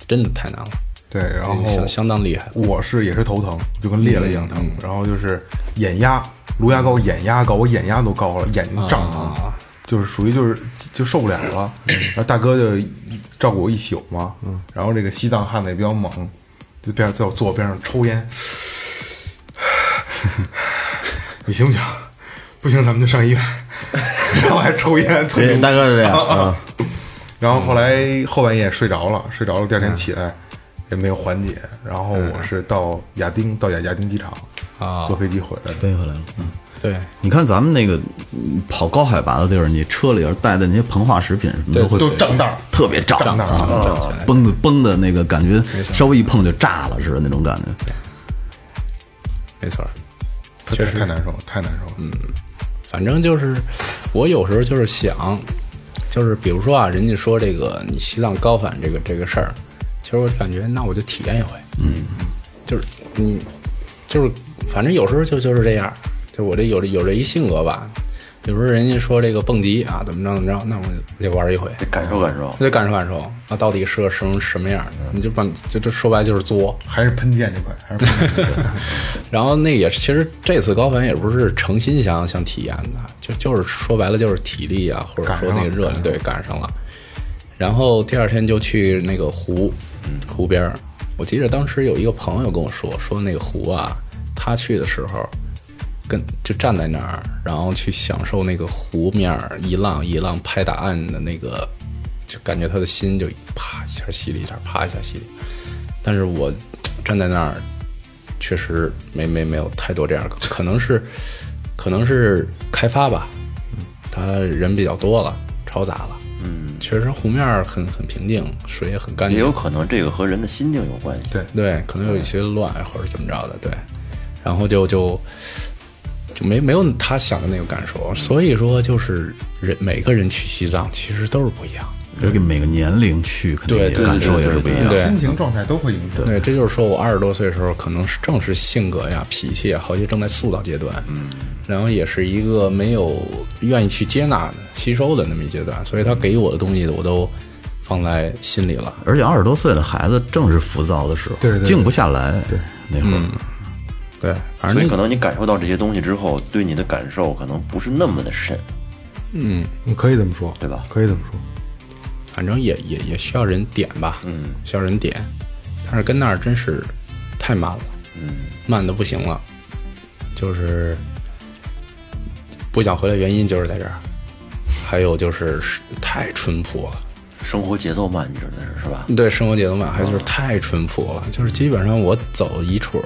真的太难了，对，然后相相当厉害。我是也是头疼，就跟裂了一样疼，然后就是眼压，颅压高，眼压高，我眼压都高了，眼睛胀疼，就是属于就是就受不了了。然后大哥就一照顾我一宿嘛，然后这个西藏汉子也比较猛，就边在我坐我边上抽烟， 你行不行？不行，咱们就上医院。然后还抽烟，吐对，大哥是这样啊，然后后来后半夜睡着了，睡着了，第二天起来也没有缓解。然后我是到亚丁，到亚亚丁机场啊坐飞机回来的。飞回来了。嗯对，你看咱们那个嗯跑高海拔的地儿，你车里边带的那些膨化食品什么对都会都胀大儿，特别胀胀大儿啊胀起来，崩的崩的那个感觉，稍微一碰就炸了似的那种感觉。没错儿。确实太难受，了，太难受了。嗯，反正就是我有时候就是想，就是比如说啊，人家说这个你西藏高反这个这个事儿，其实我感觉那我就体验一回，嗯，就是你就是反正有时候就就是这样，就我这有这有这一性格吧，有时候人家说这个蹦极啊，怎么着怎么着，那我得玩一回，得感受感受。我得感受感受啊，到底是个什么什么样的？你就把就这说白了就是作。还是喷溅这块，还是喷溅这块然后那也是其实这次高反也不是诚心想想体验的，就就是说白了就是体力啊，或者说那个热量对赶上了。然后第二天就去那个湖，湖边儿。我记得当时有一个朋友跟我说，说那个湖啊，他去的时候跟就站在那儿，然后去享受那个湖面儿一浪一浪拍打岸的那个，就感觉他的心就啪一下吸了一下，啪一下吸了一下。但是我站在那儿，确实没没没有太多这样的，可可能是可能是开发吧，他人比较多了，嘈杂了。嗯，确实湖面儿很很平静，水也很干也净有。可能这个和人的心境有关系。对对，可能有一些乱或者怎么着的，对，然后就就就没没有他想的那个感受，所以说就是人每个人去西藏其实都是不一样，而且每个年龄去，肯定对也对感受也是不一样。对心情状态都会影响。对，这就是说我二十多岁的时候，可能是正是性格呀、脾气呀，好些正在塑造阶段，嗯，然后也是一个没有愿意去接纳的、吸收的那么一阶段，所以他给我的东西我都放在心里了。而且二十多岁的孩子正是浮躁的时候，对对对静不下来。对，那会嗯儿对，反所正以那可能你感受到这些东西之后，对你的感受可能不是那么的深。你可以这么说，对吧可以这么说。反正也也也需要人点吧，嗯，需要人点，但是跟那儿真是太慢了，嗯，慢的不行了，就是不想回来原因就是在这儿，还有就是是太淳朴了。生活节奏慢，你指的是是吧？对生活节奏慢，还就是太淳朴了，就是基本上我走一处，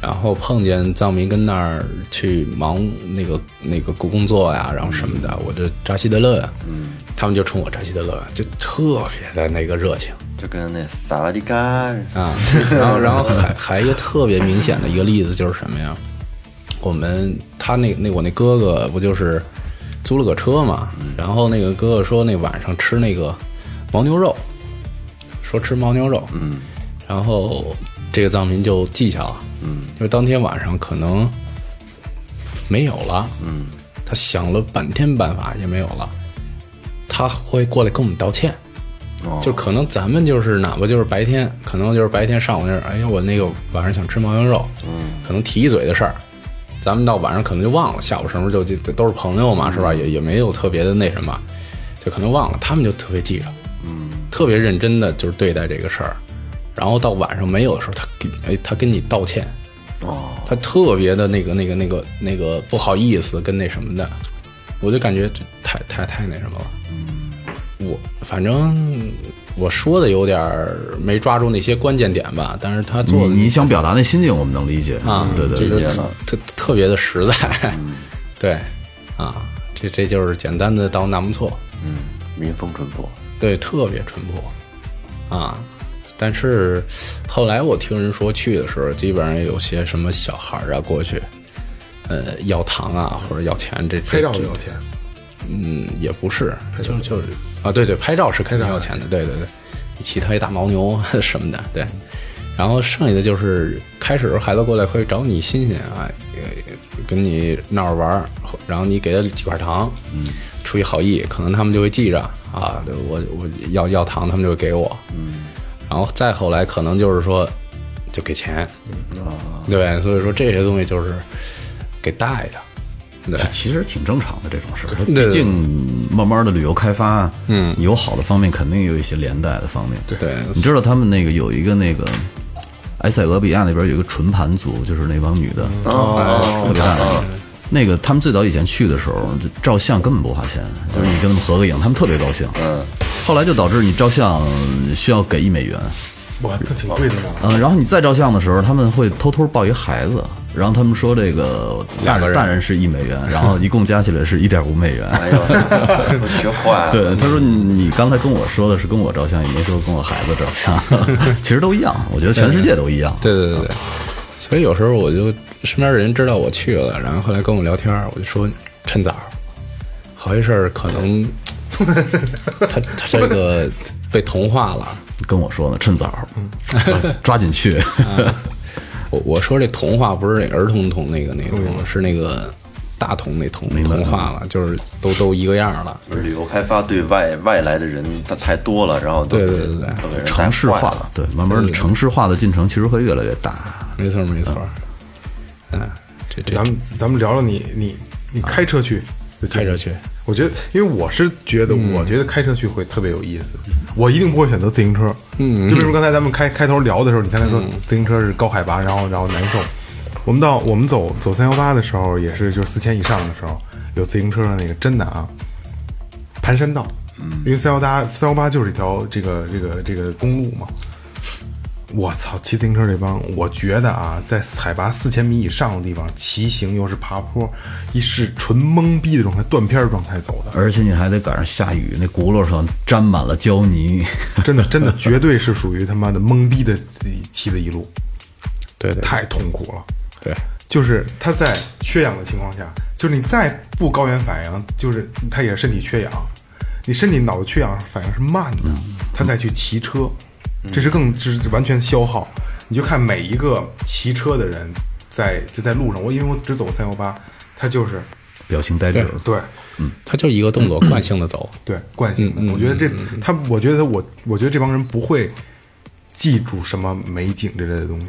然后碰见藏民跟那儿去忙那个那个工作呀，然后什么的，我就扎西德勒，嗯，他们就冲我扎西德勒，就特别的那个热情就跟那萨瓦迪卡，啊。然后然后还还一个特别明显的一个例子就是什么呀？我们他那那我那哥哥不就是租了个车嘛，然后那个哥哥说那晚上吃那个牦牛肉，说吃牦牛肉，嗯，然后这个藏民就记下了，嗯，因为当天晚上可能没有了，嗯，他想了半天办法也没有了，他会过来跟我们道歉。就可能咱们就是哪怕就是白天，可能就是白天上午那儿，哎呀，我那个晚上想吃牦牛肉，嗯，可能提一嘴的事儿，咱们到晚上可能就忘了，下午什么时候就就都是朋友嘛，是吧？也也没有特别的那什么，就可能忘了，他们就特别记着，嗯，特别认真的就是对待这个事儿，然后到晚上没有的时候，他给哎他跟你道歉，哦，他特别的那个那个那个那个不好意思跟那什么的，我就感觉这太太太那什么了，嗯，我反正我说的有点儿没抓住那些关键点吧，但是他做的你你想表达那心境，我们能理解啊，对对就对，是特特别的实在，嗯 对，啊，这这就是简单的到纳木错，嗯民风淳朴，对，特别淳朴，啊，但是后来我听人说去的时候，基本上有些什么小孩儿啊过去，呃，要糖啊或者要钱，这拍照这就要钱，嗯，也不是，就就是啊，对对，拍照嗯是肯定要钱的，对对对，骑他一大牦牛 什么的，对。然后剩下的就是开始时候孩子过来会找你欣欣啊，也跟你闹着玩儿，然后你给他几块糖，嗯，出于好意，可能他们就会记着啊，对我我要要糖，他们就会给我，嗯。然后再后来可能就是说，就给钱，啊对，所以说这些东西就是给带的，对这。其实挺正常的这种事儿。它对毕竟慢慢的旅游开发，嗯，有好的方面，肯定有一些连带的方面。对对，你知道他们那个有一个那个埃塞俄比亚那边有一个纯盘族，就是那帮女的，哎特别大的。那个他们最早以前去的时候，这照相根本不花钱，就是你跟他们合个影，他们特别高兴。嗯，后来就导致你照相需要给一美元，哇，这挺贵的呢。嗯，然后你再照相的时候，他们会偷偷抱一孩子，然后他们说这个大人大人是一美元，然后一共加起来是一点五美元。 哎呦，都学坏了。对，他说你你刚才跟我说的是跟我照相，也没说跟我孩子照相，其实都一样，我觉得全世界都一样。对对对对，所以有时候我就身边人知道我去了，然后后来跟我聊天儿，我就说趁早，好些事儿可能 他他这个被同化了。跟我说呢，趁早，抓紧去。我我说这童话不是那儿童童那个那个童，是那个大同那同同化了，就是都都一个样儿了。旅游开发对外外来的人他太多了，然后都对对对对都给人带 城市坏化了，，对，慢慢的城市化的进程其实会越来越大。没错没错，嗯，这这咱们咱们聊聊你你你开车去，啊开车去，我觉得，因为我是觉得，我觉得开车去会特别有意思，我一定不会选择自行车。嗯，就比如刚才咱们开开头聊的时候，你刚才说自行车是高海拔，然后然后难受。我们到我们走走三幺八的时候，也是就是四千以上的时候，有自行车的那个真的啊，盘山道，因为三幺八三幺八就是一条这个这个这个公路嘛。我操，骑自行车这帮，我觉得啊，在海拔四千米以上的地方骑行，又是爬坡，一是纯懵逼的状态，断片儿状态走的。而且你还得赶上下雨，那轱辘上沾满了胶泥。 真的真的绝对是属于他妈的懵逼的骑的一路，对对太痛苦了。对，就是他在缺氧的情况下，就是你再不高原反应，就是他也是身体缺氧，你身体脑子缺氧反应是慢的，他再去骑车，这是更这是完全消耗。你就看每一个骑车的人在就在路上，我因为我只走三幺八，他就是表情呆滞了。对他就一个动作惯性的走，对惯性的。我觉得这他，我觉得我我觉得这帮人不会记住什么美景之类的东西。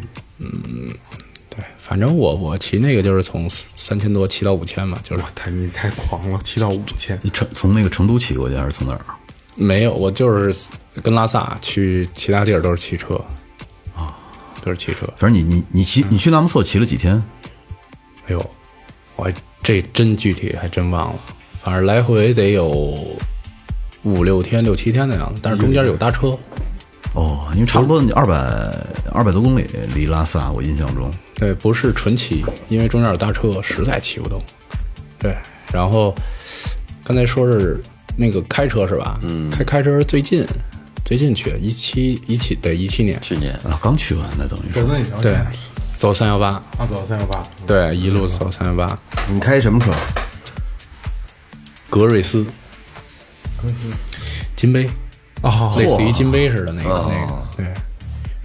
对，反正我我骑那个就是从三三千多骑到五千嘛，就是哇，太你太狂了，七到五 千，你成从那个成都骑过去还是从哪儿？没有，我就是跟拉萨去其他地儿都是骑车啊，都是骑车。反正你你你骑你去纳木错骑了几天？哎呦，我还这真具体还真忘了，反正来回得有五六天、六七天的样子，但是中间有搭车。哦，因为差不多二百二百多公里离拉萨，我印象中对，不是纯骑，因为中间有搭车，实在骑不动。对，然后刚才说是那个开车是吧？嗯，开开车是最近最近去一七一七对一七年，去年啊刚去完那等于走是。那条对线，走三幺八，啊，走三幺八，对，一路走三幺八，你开什么车？格瑞斯，金杯，哦类似于金杯似的那个那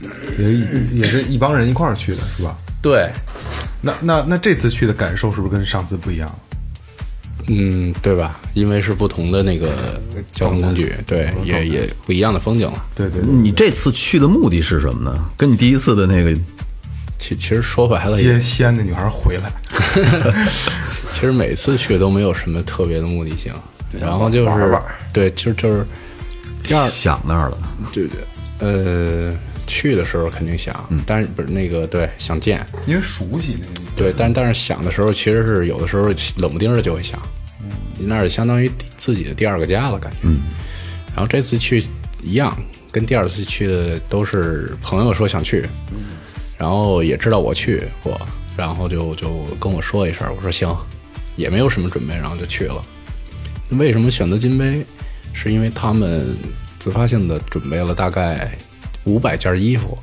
个，对也是一也是一帮人一块儿去的，是吧？对，那那那这次去的感受是不是跟上次不一样？嗯，对吧？因为是不同的那个交通工具，哦对，也也不一样的风景了。对对对，你这次去的目的是什么呢？跟你第一次的那个其其实说白了，接西安那女孩回来，其实每次去都没有什么特别的目的性，然后就是玩玩对，就就是第二想那儿了，对对呃，去的时候肯定想，但是不是那个对想见，嗯因为熟悉那个。对，但但是想的时候，其实是有的时候冷不丁的就会想，嗯那儿相当于自己的第二个家了，感觉。然后这次去一样，跟第二次去的都是朋友说想去，嗯然后也知道我去过，然后就就跟我说一声，我说行，也没有什么准备，然后就去了。为什么选择金杯？是因为他们自发性的准备了大概五百件衣服，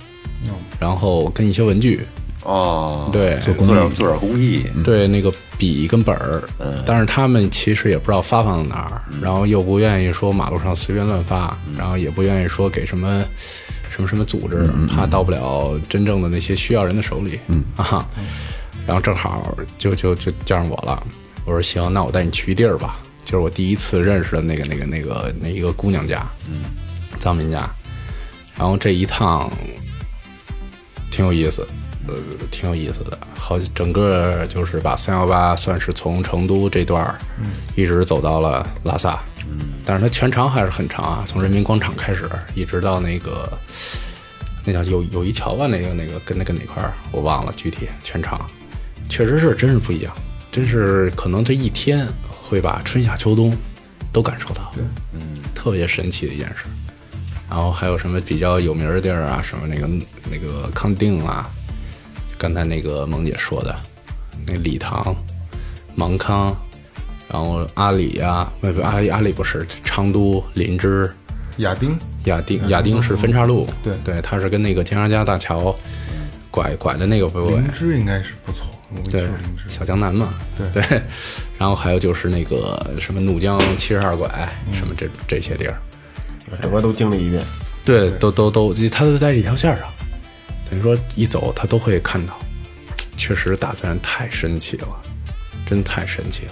然后跟一些文具，哦，对，嗯做点做点公益，对，那个笔跟本儿，但是他们其实也不知道发放到哪儿，然后又不愿意说马路上随便乱发，然后也不愿意说给什么什么什么组织，怕到不了真正的那些需要人的手里，啊，然后正好就就就叫上我了，我说行，那我带你去一地儿吧，就是我第一次认识的那个那个那个那一个姑娘家，藏民家，然后这一趟挺有意思，呃，挺有意思的。好，整个就是把三幺八算是从成都这段儿，一直走到了拉萨，嗯，但是它全长还是很长啊，从人民广场开始，一直到那个那叫友友谊桥吧，那个那个跟那个哪块儿我忘了具体，全长，确实是真是不一样，真是可能这一天会把春夏秋冬都感受到，对，嗯，特别神奇的一件事。然后还有什么比较有名儿的地儿啊？什么那个那个康定啊，刚才那个萌姐说的，那礼堂、芒康，然后阿里啊，不不，阿里阿里不是昌都、林芝、亚丁，亚丁，亚丁是分岔路，嗯对对，它是跟那个金沙江大桥拐拐的那个不灵芝应该是不错，我们对去灵芝，小江南嘛，对对，然后还有就是那个什么怒江七十二拐，嗯什么这这些地儿，整个都经历一遍。对，都都都，它都在一条线儿上，等于说一走他都会看到，确实大自然太神奇了，真太神奇了。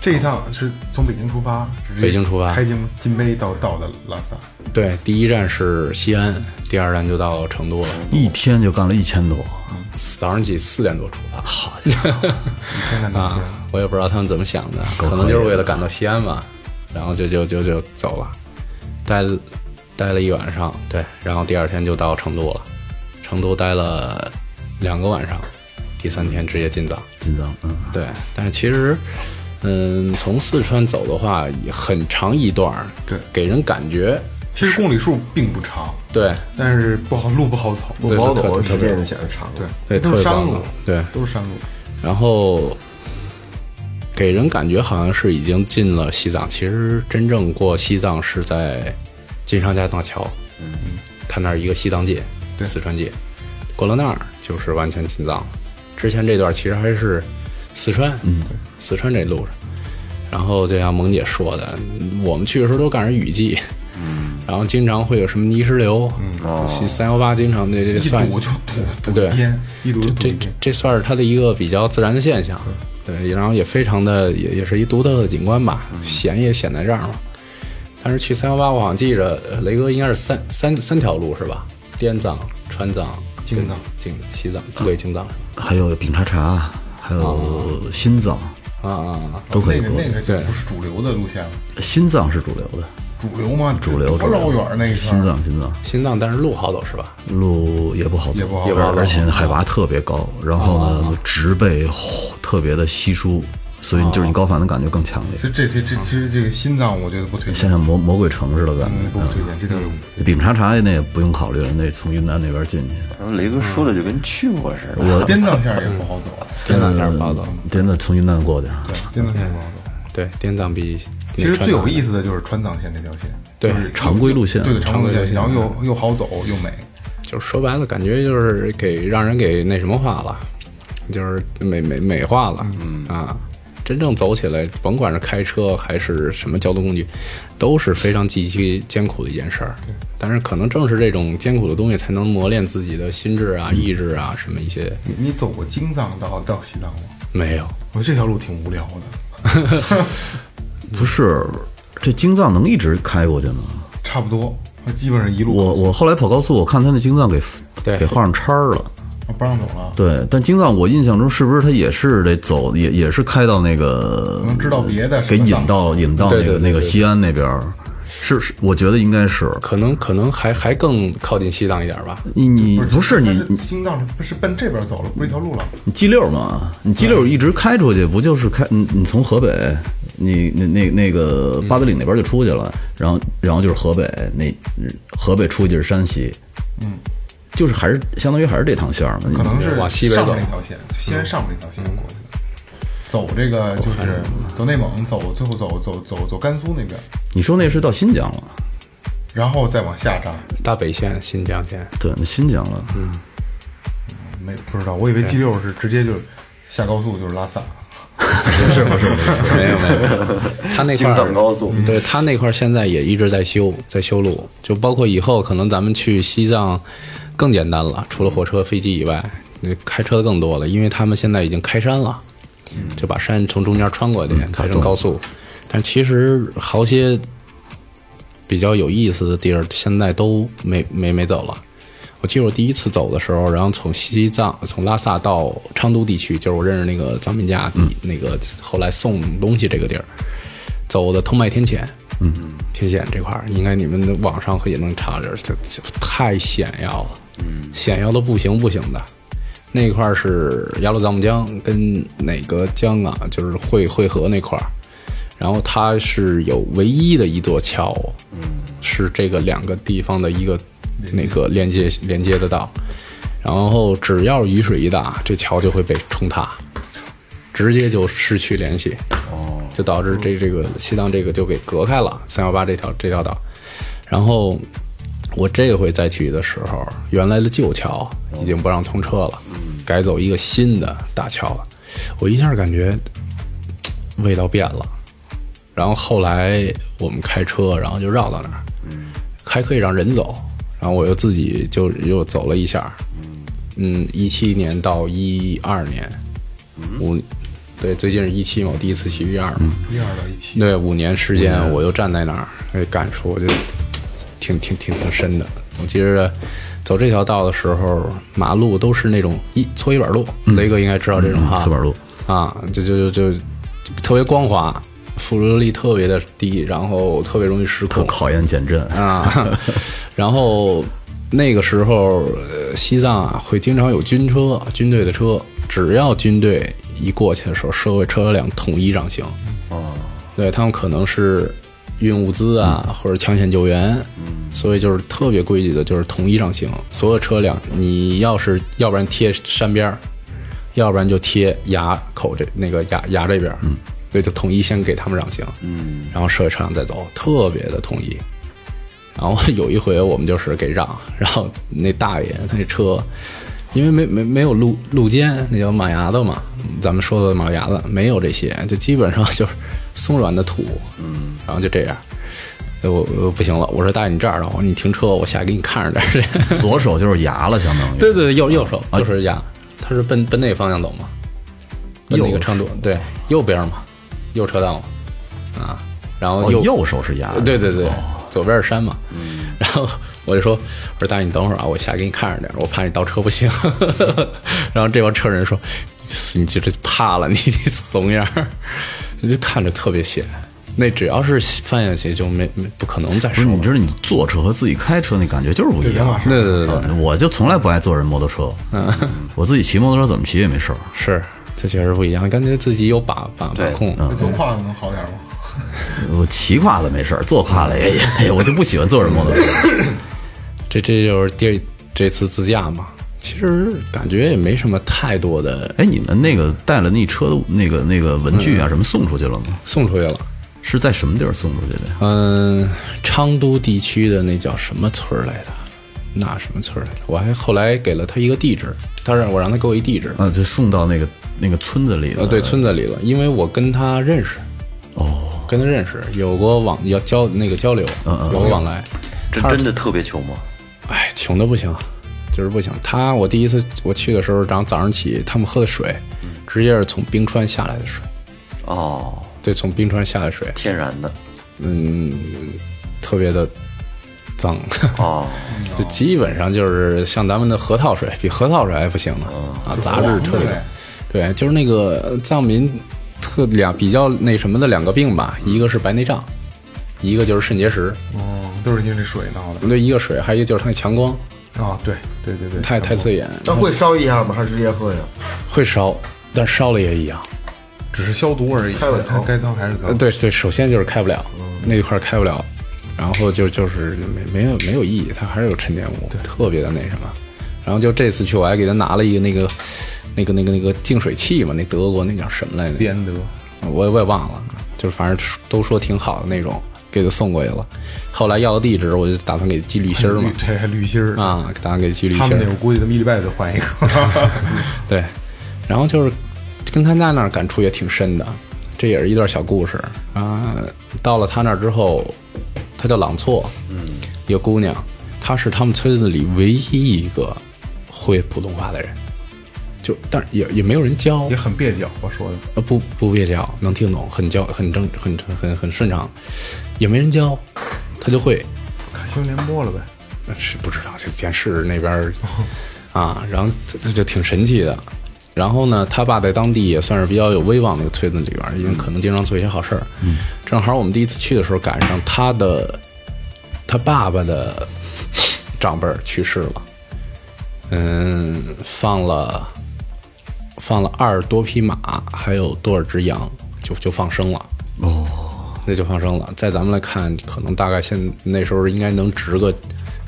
这一趟是从北京出发，直接北京出发开京金杯到到的拉萨，对，第一站是西安，第二站就到成都了。一天就干了一千多，早上起四点多出发，好家天呐，那啊些！ 我也不知道他们怎么想的，可能就是为了赶到西安吧，然后就就就就走了，待了待了一晚上，对，然后第二天就到成都了，成都待了两个晚上，第三天直接进藏，紧张，嗯，对，但是其实，嗯，从四川走的话，也很长一段儿，对给人感觉，其实公里数并不长，对但是不好路不好走，不包走，时间就显得长了。对对，都特是别山棒路的，，对，都是山路，然后给人感觉好像是已经进了西藏，其实真正过西藏是在金沙江大桥，嗯，它那儿一个西藏界，对四川界，过了那儿就是完全进藏了。之前这段其实还是四川，嗯，四川这路上，然后就像萌姐说的，我们去的时候都赶上雨季。嗯，然后经常会有什么泥石流，嗯，三幺八经常这这一算堵就堵堵对一天，一堵就堵这一这天。这算是它的一个比较自然的现象，嗯对，然后也非常的也也是一独特的景观吧，嗯险也险在这儿嘛。当时去三幺八，我好像记着呃雷哥应该是三三三条路是吧？滇藏、川藏、京藏、京西藏，对，京藏还有丙察察，还有新藏，啊啊都可以那个过那个就对不是主流的路线了，新藏是主流的，主流吗？主流多主绕流远儿那一圈新儿，藏新藏新藏，但是路好走是吧？路也不好走，也不好走啊而而且海拔特别高，然后呢植被哦特别的稀疏，所以就是你高反的感觉更强烈，这这这这其实这个心脏我觉得不推像荐，像魔魔鬼城似的感嗯，觉不。推荐，这条路不推嗯丙察察那也不用考虑了，那从云南那边进去，啊然后雷哥说的就跟去过似的，荐。滇藏线儿也不好嗯走，滇藏那儿不好走，呃真的从云南过去。啊滇藏线儿不好走。嗯对，滇藏比其实最有意思，思的就是川藏线这条线，对就是常规路线嗯对对，常规路线，常规路线然后又又好走又美，就是说白了，感觉就是给让人给那什么化了，就是美美美化了，嗯啊，真正走起来，甭管是开车还是什么交通工具，都是非常极其艰苦的一件事儿。但是可能正是这种艰苦的东西，才能磨练自己的心智啊、意志啊，什么一些你你走过京藏到到西藏吗？没有。我觉得这条路挺无聊的，不是，这京藏能一直开过去吗？差不多，基本上一路我我后来跑高速，我看他那京藏给对给画上叉儿了。啊不让走了，对，但京藏我印象中是不是他也是得走，也也是开到那个能知道别的给引到引到那对对个对那个对西安那边儿，是是，我觉得应该是可能可能还还更靠近西藏一点吧，你你不是你但京藏是不是奔这边走了，不是一条路了？你 G 六嘛？你 G 六一直开出去，不就是开你你从河北，你那那那个嗯八达岭那边就出去了，然后然后就是河北那河北出去是山西，嗯，就是还是相当于还是这趟线儿嘛，可能你是嗯往西北上走面一条线，西安上面一条线过去的，走这个就是走内蒙，走最后走走走走甘肃那边，你说那是到新疆了，然后再往下扎，大北线、新疆线，对，那新疆了，嗯没不知道，我以为 G 六是直接就是下高速就是拉萨， 没有没有，他那块京儿藏高速。对他那块儿现在也一直在修，在修路，就包括以后可能咱们去西藏更简单了，除了火车、飞机以外，那开车的更多了，因为他们现在已经开山了，嗯就把山从中间穿过去，开成高速。但其实好些比较有意思的地儿，现在都没没没走了。我记得我第一次走的时候，然后从西藏，从拉萨到昌都地区，就是我认识那个张敏佳，那个后来送东西这个地儿，走的通麦天险，嗯，天险这块儿，应该你们的网上也能查着，这这太险要了，嗯，险要的不行不行的。那块儿是雅鲁藏布江跟哪个江啊？就是汇汇合那块儿，然后它是有唯一的一座桥，嗯，是这个两个地方的一个那个连接连接的道，然后只要雨水一大，这桥就会被冲塌，直接就失去联系，哦，就导致这这个西藏这个就给隔开了三幺八这条这条道，然后我这回再去的时候，原来的旧桥已经不让通车了，改走一个新的大桥了，我一下感觉嘖味道变了。然后后来我们开车，然后就绕到那儿，还可以让人走。然后我又自己就又走了一下，嗯，一七年到一二年，五对，最近是一七嘛，我第一次骑 V 二嘛，一二到一七，对，嗯五年时间，我又站在那儿，那感触我就嗯挺挺挺挺深的。我记着走这条道的时候，马路都是那种一搓衣板路，雷哥应该知道这种哈，四板路，啊，就就就就特别光滑，附着力特别的低，然后特别容易失控，考验减震啊。 然后那个时候，呃西藏啊会经常有军车、军队的车，只要军队一过去的时候，社会车辆统一让行。哦，对他们可能是运物资啊，或者抢险救援。所以就是特别规矩的，就是统一让行，所有车辆你要是要不然贴山边儿，要不然就贴垭口这那个垭垭这边儿，对，就统一先给他们让行，嗯，然后社会车辆再走，特别的统一。然后有一回我们就是给让，然后那大爷他那车，因为没没没有路路肩，那叫马牙子嘛，咱们说的马路牙子没有这些，就基本上就是松软的土，嗯，然后就这样。哎我我不行了，我说大爷你这样的话，你停车，我下来给你看着点儿去。 左手就是牙了，相当于。对对，对右右手就是压，他是奔奔那个方向走嘛，奔那右个手长度，对，右边嘛，右车道嘛，啊，然后哦，右、右手是牙。对对对，哦左边是山嘛。嗯然后我就说：“我说大爷，你等会儿啊，我下来给你看着点儿，我怕你倒车 不行。”然后这帮车人说：“你就这怕了，你 你怂样儿，你就看着特别险。那只要是翻下去就没没不可能再不是，说了你。知道你坐车和自己开车那感觉就是不一两码样事。对嗯对对对，嗯我就从来不爱坐人摩托车，嗯我自己骑摩托车怎么骑也没事儿。是，这确实不一样，感觉自己有把把把对控。嗯那坐胯能好点吗？我骑胯了没事儿，坐胯了也也，哎呀我就不喜欢坐人摩托 车。这这就是第这次自驾嘛，其实感觉也没什么太多的哎，你们那个带了那车的那个那个文嗯具啊什么送出去了吗？送出去了。是在什么地儿送出去的呀？嗯，昌都地区的那叫什么村儿来的？那什么村儿来的？我还后来给了他一个地址，他让我让他给我一地址。啊，就送到那个那个村子里的。呃，对，村子里了，因为我跟他认识。哦，跟他认识，有过往要交那个交流，有过往来。这真的特别穷吗？哎，穷的不行，就是不行。他我第一次我去的时候，然后早上起他们喝的水，直接是从冰川下来的水，哦，对，从冰川下来的水，嗯天然的特别的脏，哦，就基本上就是像咱们的核桃水，比核桃水还不行呢啊，杂质特别，对，就是那个呃藏民特两比较那什么的两个病吧，一个是白内障，一个就是肾结石，嗯，都是因为这水闹的对，一个水，还有一个就是它那强光啊！对对对对，太太刺眼，那会烧一下吗？还是直接喝呀？会烧，但烧了也一样。只是消毒而已，开不了它该脏还是呃，脏。对对，首先就是开不了嗯那一块儿开不了，然后就就是没没有没有意义，它还是有沉淀物，特别的那什么。然后就这次去，我还给他拿了一个那个那个那个那个净水器嘛，那德国那叫什么来着？边德我我也忘了，就是反正都说挺好的那种，给他送过去了。后来要的地址，我就打算给寄滤芯 儿嘛，这还滤芯儿，啊，打算给寄滤他芯们儿那我。估计他们一礼拜得换 一个。 对，然后就是跟他在那儿感触也挺深的，这也是一段小故事啊。到了他那儿之后，他叫朗措，嗯，一个姑娘，她是他们村子里唯一一个会普通话的人，就但是也也没有人教也，很蹩脚，我说的。呃，不不蹩脚，能听懂，很教，很正，很很很很顺畅，也没人教，他就会，看新闻联播了呗，是不知道，就电视那边儿啊，然后这这就挺神奇的。然后呢，他爸在当地也算是比较有威望的一个村子里边儿，因为可能经常做一些好事儿。嗯，正好我们第一次去的时候赶上他的他爸爸的长辈儿去世了，嗯，放了放了二十多匹马，还有多少只羊，就就放生了。哦那就放生了。在咱们来看，可能大概现那时候应该能值个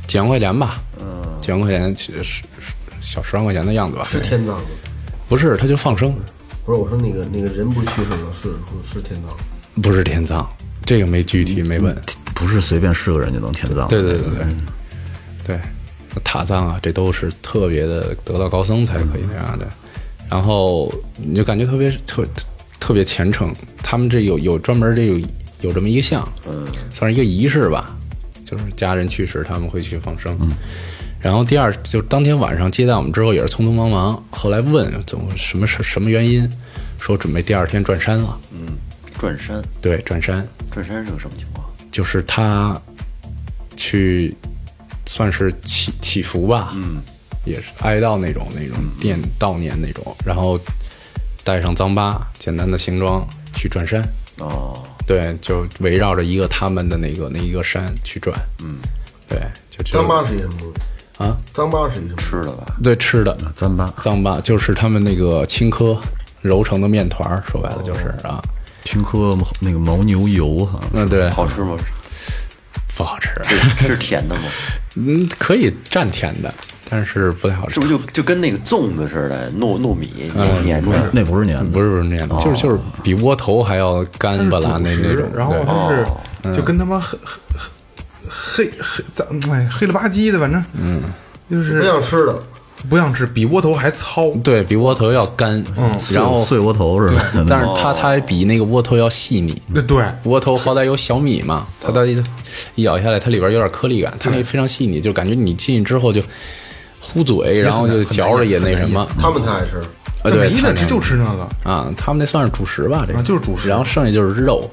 几万块钱吧，嗯，几万块钱，其实是是小十万块钱的样子吧。是天葬吗？不是，它就放生，不是，我说那个那个人不去世了，是是天葬。不是天葬，这个没具体没嗯问。不是随便是个人就能啊天啊葬的。对对对对嗯对，那塔葬啊，这都是特别的得道高僧才可以那样的。然后你就感觉特别特特别虔诚，他们这有有专门这有有这么嗯嗯一个像，算是一个仪式吧，就是家人去世他们会去放生。然后第二就当天晚上接待我们之后也是匆匆忙忙，后来问怎么什么事什么原因，说准备第二天转山了。嗯转山，对，转山转山是个什么情况？就是他去算是祈祈福吧，嗯，也是哀悼那种那种念悼念那种，然后带上脏巴，简单的行装去转山。哦，对，就围绕着一个他们的那个那一个山去转，嗯，对，就就张巴是一什么东西？啊，张巴是一什么？吃了吧？对吃的咱吧，藏巴就是他们那个青稞揉成的面团儿，说白了就是啊，青稞那个牦牛油啊哈，嗯对，好吃吗？不好吃，是是甜的吗？嗯可以蘸甜的，但是不太好吃是不，是就就跟那个粽子似的，糯糯米黏黏的？那不是粘的不，是不是那样的，就是就是比窝头还要干巴拉那那种，嗯然后对哦嗯就是就跟他妈黑黑黑黑咱哎黑了吧唧的，反正嗯，就是不想吃的，不想吃，比窝头还糙。对比窝头要干，嗯然后嗯碎窝头似的。但是它它还比那个窝头要细密，对对，窝头好歹有小米嘛，它它一一咬下来，它里边有点颗粒感，它那个非常细腻，就感觉你进去之后就糊嘴，然后就嚼着也那什么他们太爱吃。啊，那对，没它的那吃就吃那个，啊，他们那算是主食吧，这个啊就是主食然后剩下就是肉，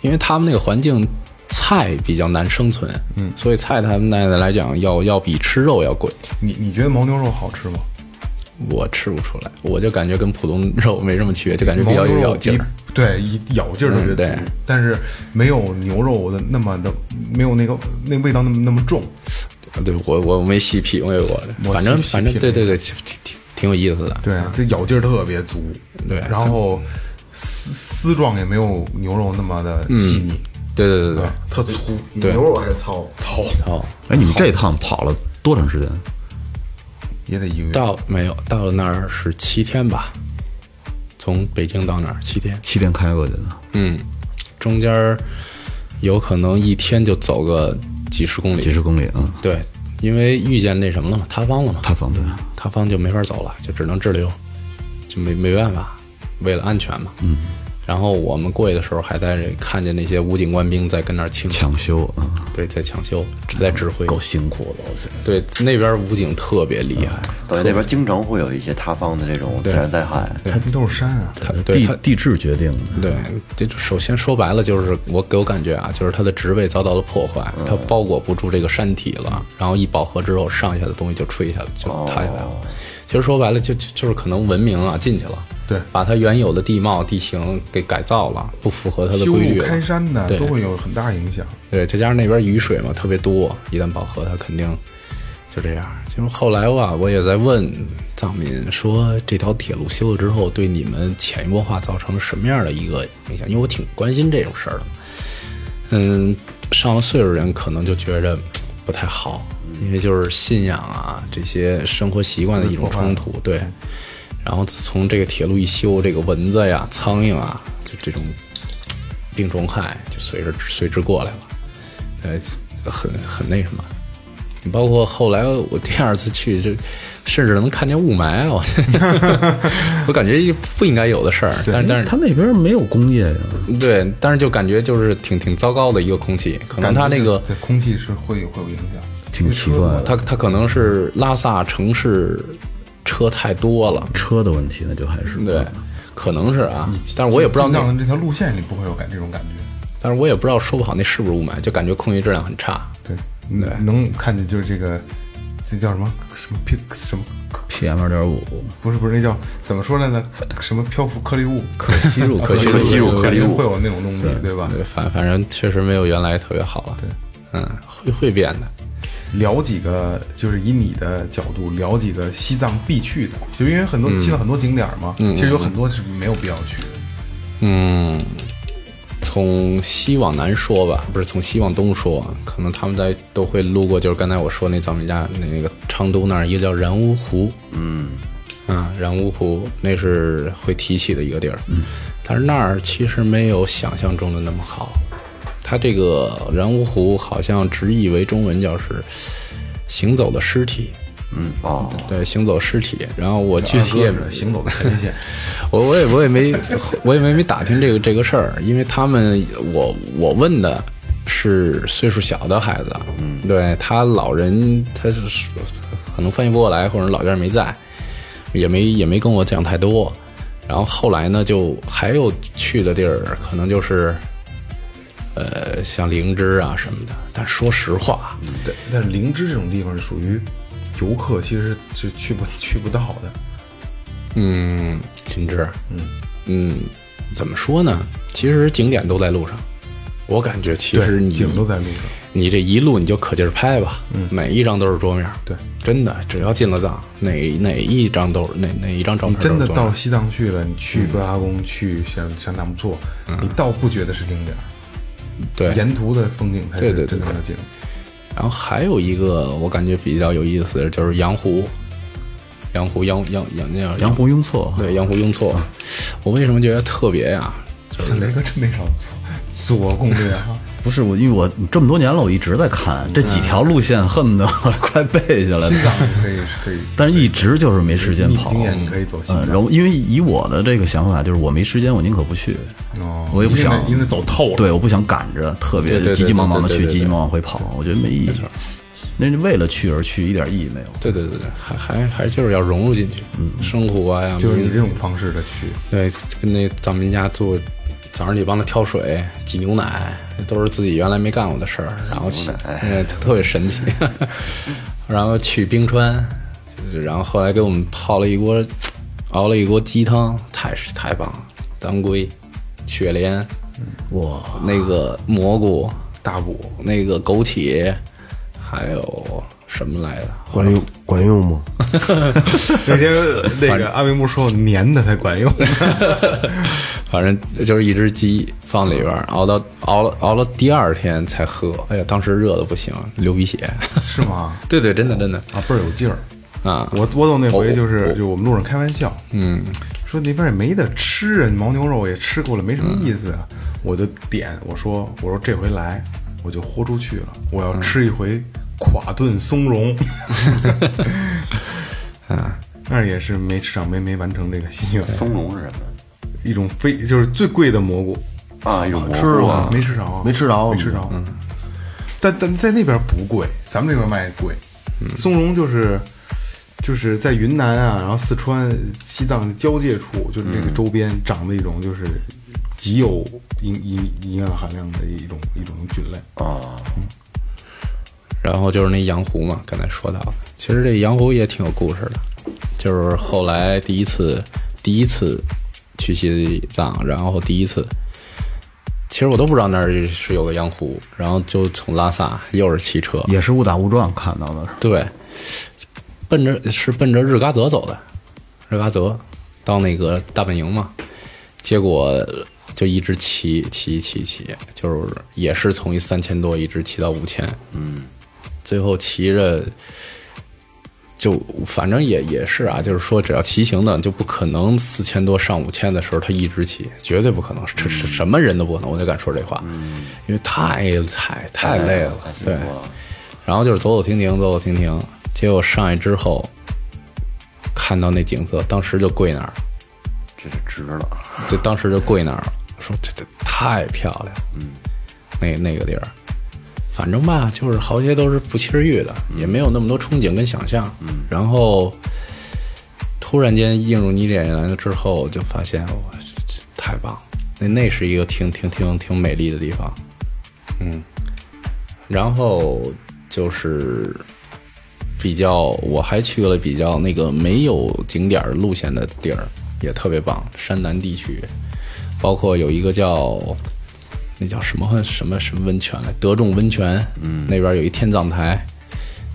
因为他们那个环境菜比较难生存，嗯，所以菜他们那来讲要要比吃肉要贵，你你觉得牦牛肉好吃吗？我吃不出来，我就感觉跟普通肉没什么区别，就感觉比较有咬劲牦牛肉儿。一对，一咬劲儿特别嗯对足，但是没有牛肉的那么的，没有那个那味道那么那么重。对我我没细品味过，我反正细反正品对味对对，挺挺挺有意思的。对啊，这咬劲儿特别足。对然后丝丝状也没有牛肉那么的细腻，对对嗯对对啊，特粗。对牛肉还糙，操，哦，哎，你们这趟跑了多长时间？也得一个月。到没有到了那儿是七天吧，从北京到那儿七天，七天开过去的，嗯，中间儿有可能一天就走个几十公里，几十公里啊，对，因为遇见那什么了嘛，塌方了嘛，塌方对，塌方就没法走了，就只能滞留，就没没办法，为了安全嘛，嗯。然后我们过去的时候还在这看见那些武警官兵在跟那儿清，抢修啊，对，在抢修，在指挥，够辛苦的，我觉得。对，那边武警特别厉害，嗯对，那边经常会有一些塌方的这种自然灾害。它都是山啊，他对地他地质决定的，对，这就首先说白了就是我给我感觉啊，就是它的植被遭到了破坏，嗯它包裹不住这个山体了，然后一饱和之后，上下的东西就吹下来，就哦塌下来了。其实说白了，就就就是可能文明啊进去了，对把它原有的地貌地形给改造了，不符合它的修规路律了。开山的对都会有很大影响。对，再加上那边雨水嘛特别多，一旦饱和，它肯定就这样。就是后来吧，我也在问藏民说，这条铁路修了之后，对你们潜移默化造成了什么样的一个影响？因为我挺关心这种事儿的。嗯，上了岁数人可能就觉着不太好，因为就是信仰啊这些生活习惯的一种冲突，对。然后自从这个铁路一修，这个蚊子呀、苍蝇啊，就这种病虫害就随着随之过来了。呃，很很那什么。你包括后来我第二次去，就甚至能看见雾霾，我我 感觉不应该有的事儿，但是但是他那边没有工业呀，对，但是就感觉就是挺挺糟糕的一个空气，可能它那个对空气是会有会有影响。挺奇怪的。它它可能是拉萨城市车太多了，车的问题呢，就还是对，可能是啊，但是我也不知道那进藏这条路线里不会有感这种感觉。但是我也不知道说不好那是不是雾霾，就感觉空气质量很差。对，能能看见就是这个，这叫什么什么漂什么？ PM 二点五不是不是，那叫怎么说来着？什么漂浮颗粒物？可吸 入可吸入肯定会有那种东西，对吧？对，反反正确实没有原来特别好了。对，嗯，会会变的。聊几个，就是以你的角度聊几个西藏必去的，就因为很多西藏很多景点嘛，其实有很多是没有必要去的。嗯，从西往南说吧，不是从西往东说，可能他们在都会路过，就是刚才我说那咱们家那那个昌都那儿一个叫然乌湖，嗯，啊，然乌湖那是会提起的一个地儿，嗯，但是那儿其实没有想象中的那么好，它这个然乌湖好像直译为中文叫是行走的尸体，嗯，哦，对，行走尸体。然后我具体也是行啊走的神仙，我我也我也没我也没没打听这个这个事儿，因为他们我我问的是岁数小的孩子，对他老人他是可能翻译不过来，或者老家没在，也没也没跟我讲太多。然后后来呢，就还有去的地儿，可能就是呃像灵芝啊什么的。但说实话，但但是灵芝这种地方是属于游客，其实是去不去不到的。嗯，林芝，嗯嗯，怎么说呢？其实景点都在路上，我感觉其实对你景都在路上，你这一路你就可劲儿拍吧，每一张都是桌面，对，真的，只要进了藏，哪哪一张都是哪哪一张照你片都是真的桌面到西藏去了，你去布达拉宫，去像像纳木错，你倒不觉得是景点儿，对沿途的风景才对是对对真正的景。然后还有一个我感觉比较有意思的就是羊湖，羊湖羊羊羊那样洋湖雍措，嗯对羊湖雍措，我为什么觉得特别呀、这雷哥真没少做做攻略啊哈。不是我，因为我这么多年了，我一直在看这几条路线，恨不得快背下来了西。藏你可以可以，但是一直就是没时间你跑。经验你可以走西嗯，然藏后因为以我的这个想法，就是我没时间，我宁可不去。哦，我也不因为想因为走透了。对，我不想赶着特别对对对急急忙忙的对对去，对对急急忙忙回跑，我觉得没意义。那是为了去而去，一点意义没有。对对对对，还还还就是要融入进去，嗯，生活啊呀，就是民你这种方式的去，对，跟那藏民家做，早上起帮他挑水、挤牛奶，那都是自己原来没干过的事儿。然后起，呃，特特别神奇。 然后去冰川，就是然后后来给我们泡了一锅，熬了一锅鸡汤，太是太棒了！当归、雪莲、哇，那个蘑菇、大补，那个枸杞，还有什么来着？管用管用吗？那天那个阿明不是说粘的才管用， 反正就是一只鸡放里边儿，熬到熬了熬了第二天才喝。哎呀，当时热的不行，流鼻血。是吗？ 对对，真的真的啊，倍儿有劲儿。啊，我我走那回就是我就我们路上开玩笑，嗯，说那边也没得吃啊，牦牛肉也吃过了，没什么意思啊。我就点我说我说这回来我就豁出去了，我要吃一回垮炖松茸。啊， 那也是没吃上，没没完成这个心愿。松茸是什么一种非就是最贵的蘑菇，啊？一种蘑吃菇了啊，吗没吃着啊，没吃着没嗯吃着。但但在那边不贵，咱们这边卖贵。嗯松茸就是就是在云南啊，然后四川、西藏交界处，就是嗯这个周边长的一种就是极有营营营养含量的一种一种菌类。哦然后就是那羊湖嘛，刚才说到的，其实这羊湖也挺有故事的，就是后来第一次第一次去西藏，然后第一次，其实我都不知道那儿是有个羊湖，然后就从拉萨又是骑车，也是误打误撞看到的。对，奔着是奔着日喀则走的，日喀则到那个大本营嘛，结果就一直骑骑骑骑，就是也是从一三千多一直骑到五千，嗯，最后骑着。就反正也也是啊，就是说，只要骑行的，就不可能四千多上五千的时候他一直骑，绝对不可能，这是什么人都不可能，我就敢说这话，因为太太太累了，太辛苦对，了。然后就是走走停停，走走停停。结果上去之后，看到那景色，当时就跪那儿，这是值了，就当时就跪那儿了，说这这太漂亮，嗯，那那个地儿，反正吧，就是好些都是不期而遇的，嗯也没有那么多憧憬跟想象，嗯，然后突然间映入你脸来了之后，就发现哇，这这太棒了，那那是一个挺挺挺挺美丽的地方，嗯，然后就是比较，我还去了比较那个没有景点儿路线的地儿，也特别棒，山南地区，包括有一个叫那叫什么什么什么温泉来，德众温泉，嗯，那边有一天葬台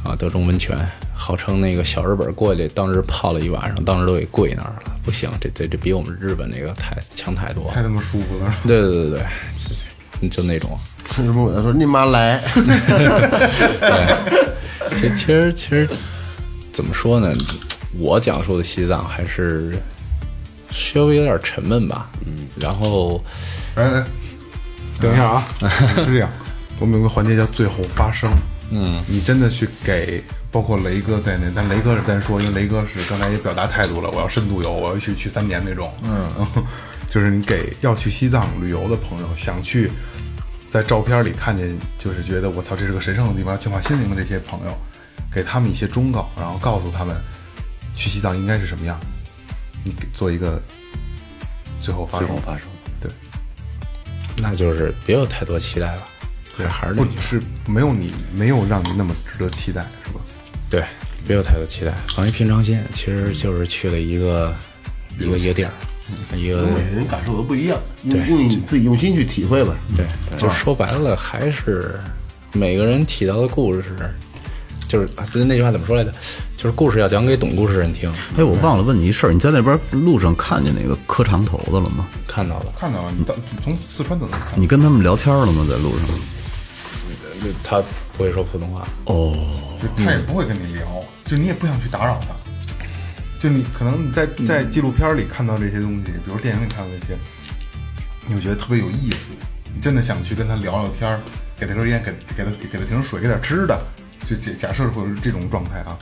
啊，德众温泉，号称那个小日本过去，当时泡了一晚上，当时都给跪那儿了，不行，这这这比我们日本那个太强太多太了，他妈舒服了，对对对对对，就就那种。 为什么我要说你妈来？其其实其实怎么说呢？我讲述的西藏还是稍微有点沉闷吧。嗯，然后哎，哎等一下 啊，是这样，我们有个环节叫最后发声。嗯，你真的去给，包括雷哥在内，但雷哥是单说，因为雷哥是刚才也表达态度了，我要深度游，我要去去三年 那种。嗯，就是你给要去西藏旅游的朋友，想去在照片里看见，就是觉得我操，这是个神圣的地方，净化心灵的这些朋友，给他们一些忠告，然后告诉他们去西藏应该是什么样。你给做一个最后发最后生，发生，对，那就是别有太多期待了。对，还是那不句话，是没有你没有让你那么值得期待，是吧？对，别有太多期待，放一平常心，其实就是去了一个一个一个地儿，一个每个人感受都不一样，用用你自己用心去体会吧。对，就说白了，还是每个人提到的故事，就是啊对那句话怎么说来着？就是故事要讲给懂故事人听。哎，我忘了问你一事儿，你在那边路上看见那个磕长头的了吗？看到了，看到了，你到从四川怎么看？你跟他们聊天了吗？在路上？他不会说普通话，哦，就他也不会跟你聊，就你也不想去打扰他。就你可能你在在纪录片里看到这些东西，比如电影里看到这些，你会觉得特别有意思，你真的想去跟他聊聊天儿，给他根烟，给给他给他瓶水，给点吃的，就假假设会有这种状态啊。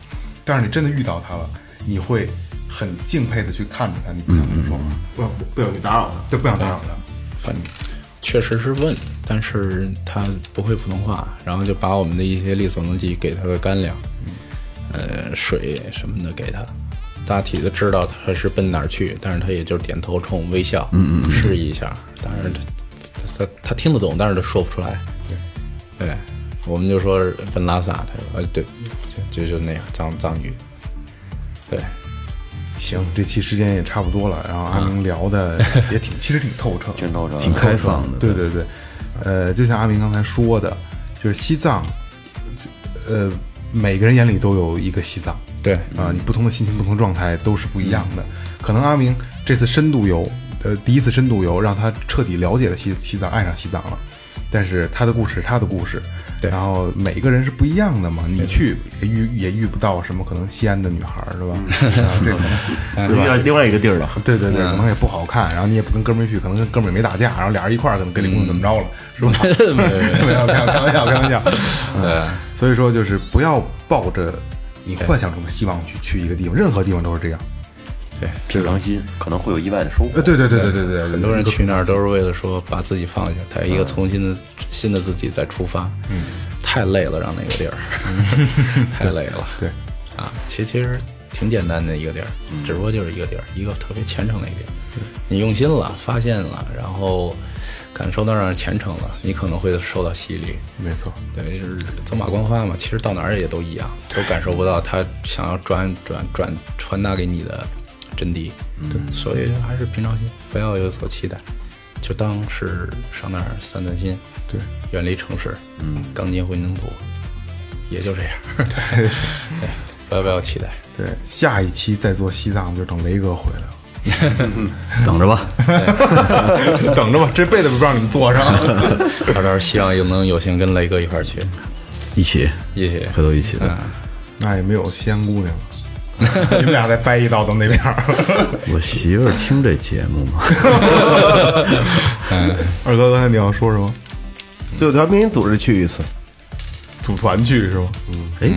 但是你真的遇到他了，你会很敬佩的去看着他，你不想跟他说话，不想不想去打扰他。就不想打扰他。反正确实是问，但是他不会普通话，然后就把我们的一些力所能及给他的干粮，呃，水什么的给他。大体的知道他是奔哪儿去，但是他也就点头冲我们微笑，嗯嗯，示意一下。当然他，他他他听得懂，但是他说不出来。对，我们就说奔拉萨，他说，呃，对，就就就那样藏藏语。对，行，这期时间也差不多了，然后阿明聊的也挺，其实挺透彻，啊挺透彻的挺开放的对对对，呃，就像阿明刚才说的，就是西藏，就呃，每个人眼里都有一个西藏对，啊、你不同的心情、不同的状态都是不一样的。可能阿明这次深度游，呃，第一次深度游让他彻底了解了西西藏，爱上西藏了。但是他的故事，他的故事，对然后每个人是不一样的嘛，你去也遇也遇不到什么可能西安的女孩儿是吧？嗯然后这种另外另外一个地儿了，对对对，可能也不好看，然后你也不跟哥们儿去，可能跟哥们儿也没打架，然后俩人一块儿可能跟李工怎么着了，是吧？没有，开玩笑，开玩笑。嗯，所以说就是不要抱着你幻想中的希望去去一个地方，任何地方都是这样。平常心可能会有意外的收获呃，。对对对对对对，很多人去那儿都是为了说把自己放下，他一个重新的新的自己再出发。嗯，太累了，让那个地儿，太累了。对啊，其其实挺简单的一个地儿，只不过就是一个地儿，一个特别虔诚的一个地儿。你用心了，发现了，然后感受到那儿虔诚了，你可能会受到洗礼。没错，对，就是走马观花嘛。其实到哪儿也都一样，都感受不到他想要转转转传达给你的真谛。对，所以还是平常心，不要有所期待，就当是上那儿散散心，对，远离城市，嗯，刚结回宁波，也就这样。 对，不要不要期待。对，下一期再做西藏就等雷哥回来了，等着吧。等着吧，这辈子不让你们坐上。到时候希望又能有幸跟雷哥一块儿去，一起，一起。回头一起的。那也没有西安姑娘了，你们俩再掰一道到那边儿。我媳妇儿听这节目吗？二哥，刚才你要说什么？最后调频组织去一次，组团去是吗？哎，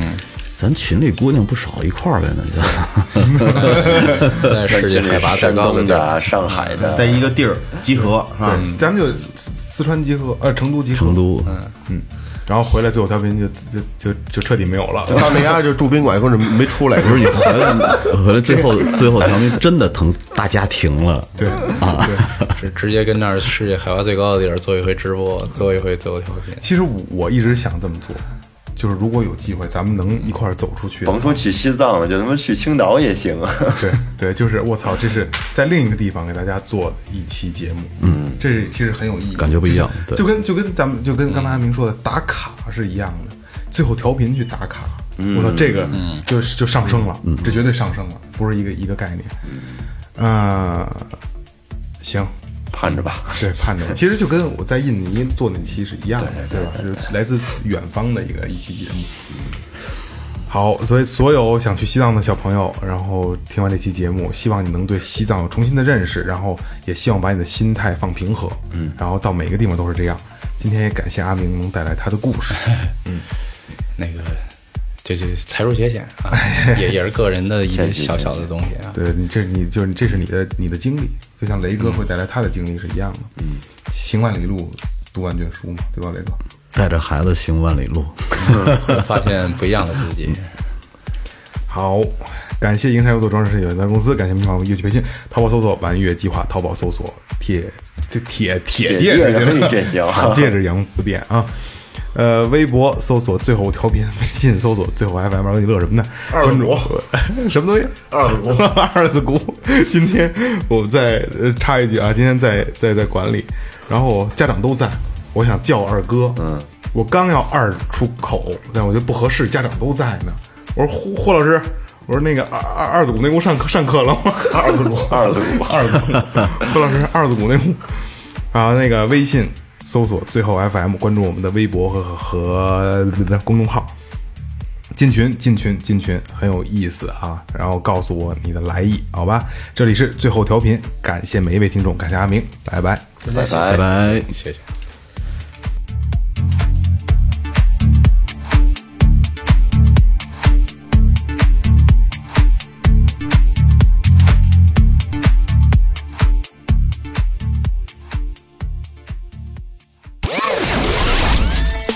咱群里姑娘不少，一块儿呗，那就。在世界海拔再高的山东地的儿，啊、上海的，在一个地儿集合是吧？对，咱们就四四川集合，呃，成都集合，成都，嗯，然后回来最后调频就就就就彻底没有了。到那家就住宾馆，根本没出来。不是你回来，回来最后最后条命真的疼，大家庭了。对，直直接跟那儿世界海拔最高的地儿做一回直播，做一回最后调频。其实我一直想这么做，就是如果有机会，咱们能一块儿走出哦去。甭说去西藏了，就他妈去青岛也行 啊。 对对，就是我操，这是在另一个地方给大家做一期节目，嗯，这是其实很有意义，感觉不一样就对就跟就跟咱们就跟刚才阿明说的打卡是一样的，最后调频去打卡，嗯我操，这个就就上升了，这绝对上升了，不是一个一个概念，嗯呃，行，盼着吧，对，盼着。其实就跟我在印尼做那期是一样的，对吧？就是来自远方的一个一期节目。好，所以所有想去西藏的小朋友，然后听完这期节目，希望你能对西藏有重新的认识，然后也希望把你的心态放平和，嗯，然后到每个地方都是这样。今天也感谢阿明能带来他的故 事，那个就是财入节险啊， 也也是个人的一个小小的东西啊。对你这你就是嗯这是你的你的经历，就像雷哥会带来他的经历是一样的，嗯，行万里路，读万卷书嘛，对吧，雷哥？带着孩子行万里路，发现不一样的自己。好，感谢银泰优作装饰设计有限责任公司，感谢明华乐器培训，淘宝搜索“玩乐计划”，淘宝搜索“铁这铁铁戒指”铁戒指这 行草戒指洋服店啊。呃，微博搜索最后调频，微信搜索最后 FM 让你乐什么的，二关字注鼓我什么东西？二字鼓 二字鼓。今天我们再呃插一句啊，今天在在在馆里，然后家长都在，我想叫二哥，嗯，我刚要二出口，但我觉得不合适，家长都在呢。我说胡霍老师，我说那个二二二字鼓那屋上课上课了吗？二字鼓，二字鼓，二字 鼓，何老师二字鼓那屋。然后那个微信搜索最后 FM，关注我们的微博和和和公众号，进群进群进群，很有意思啊！然后告诉我你的来意，好吧？这里是最后调频，感谢每一位听众，感谢阿明，拜拜。拜拜拜。拜。谢谢。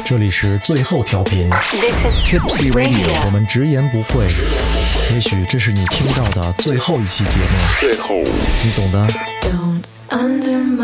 这里是最后调频 This is Tipsy Radio，我 Radio. 们直言不讳。也许这是你听到的最后一期节目，最后，你懂的。 Don't undermine.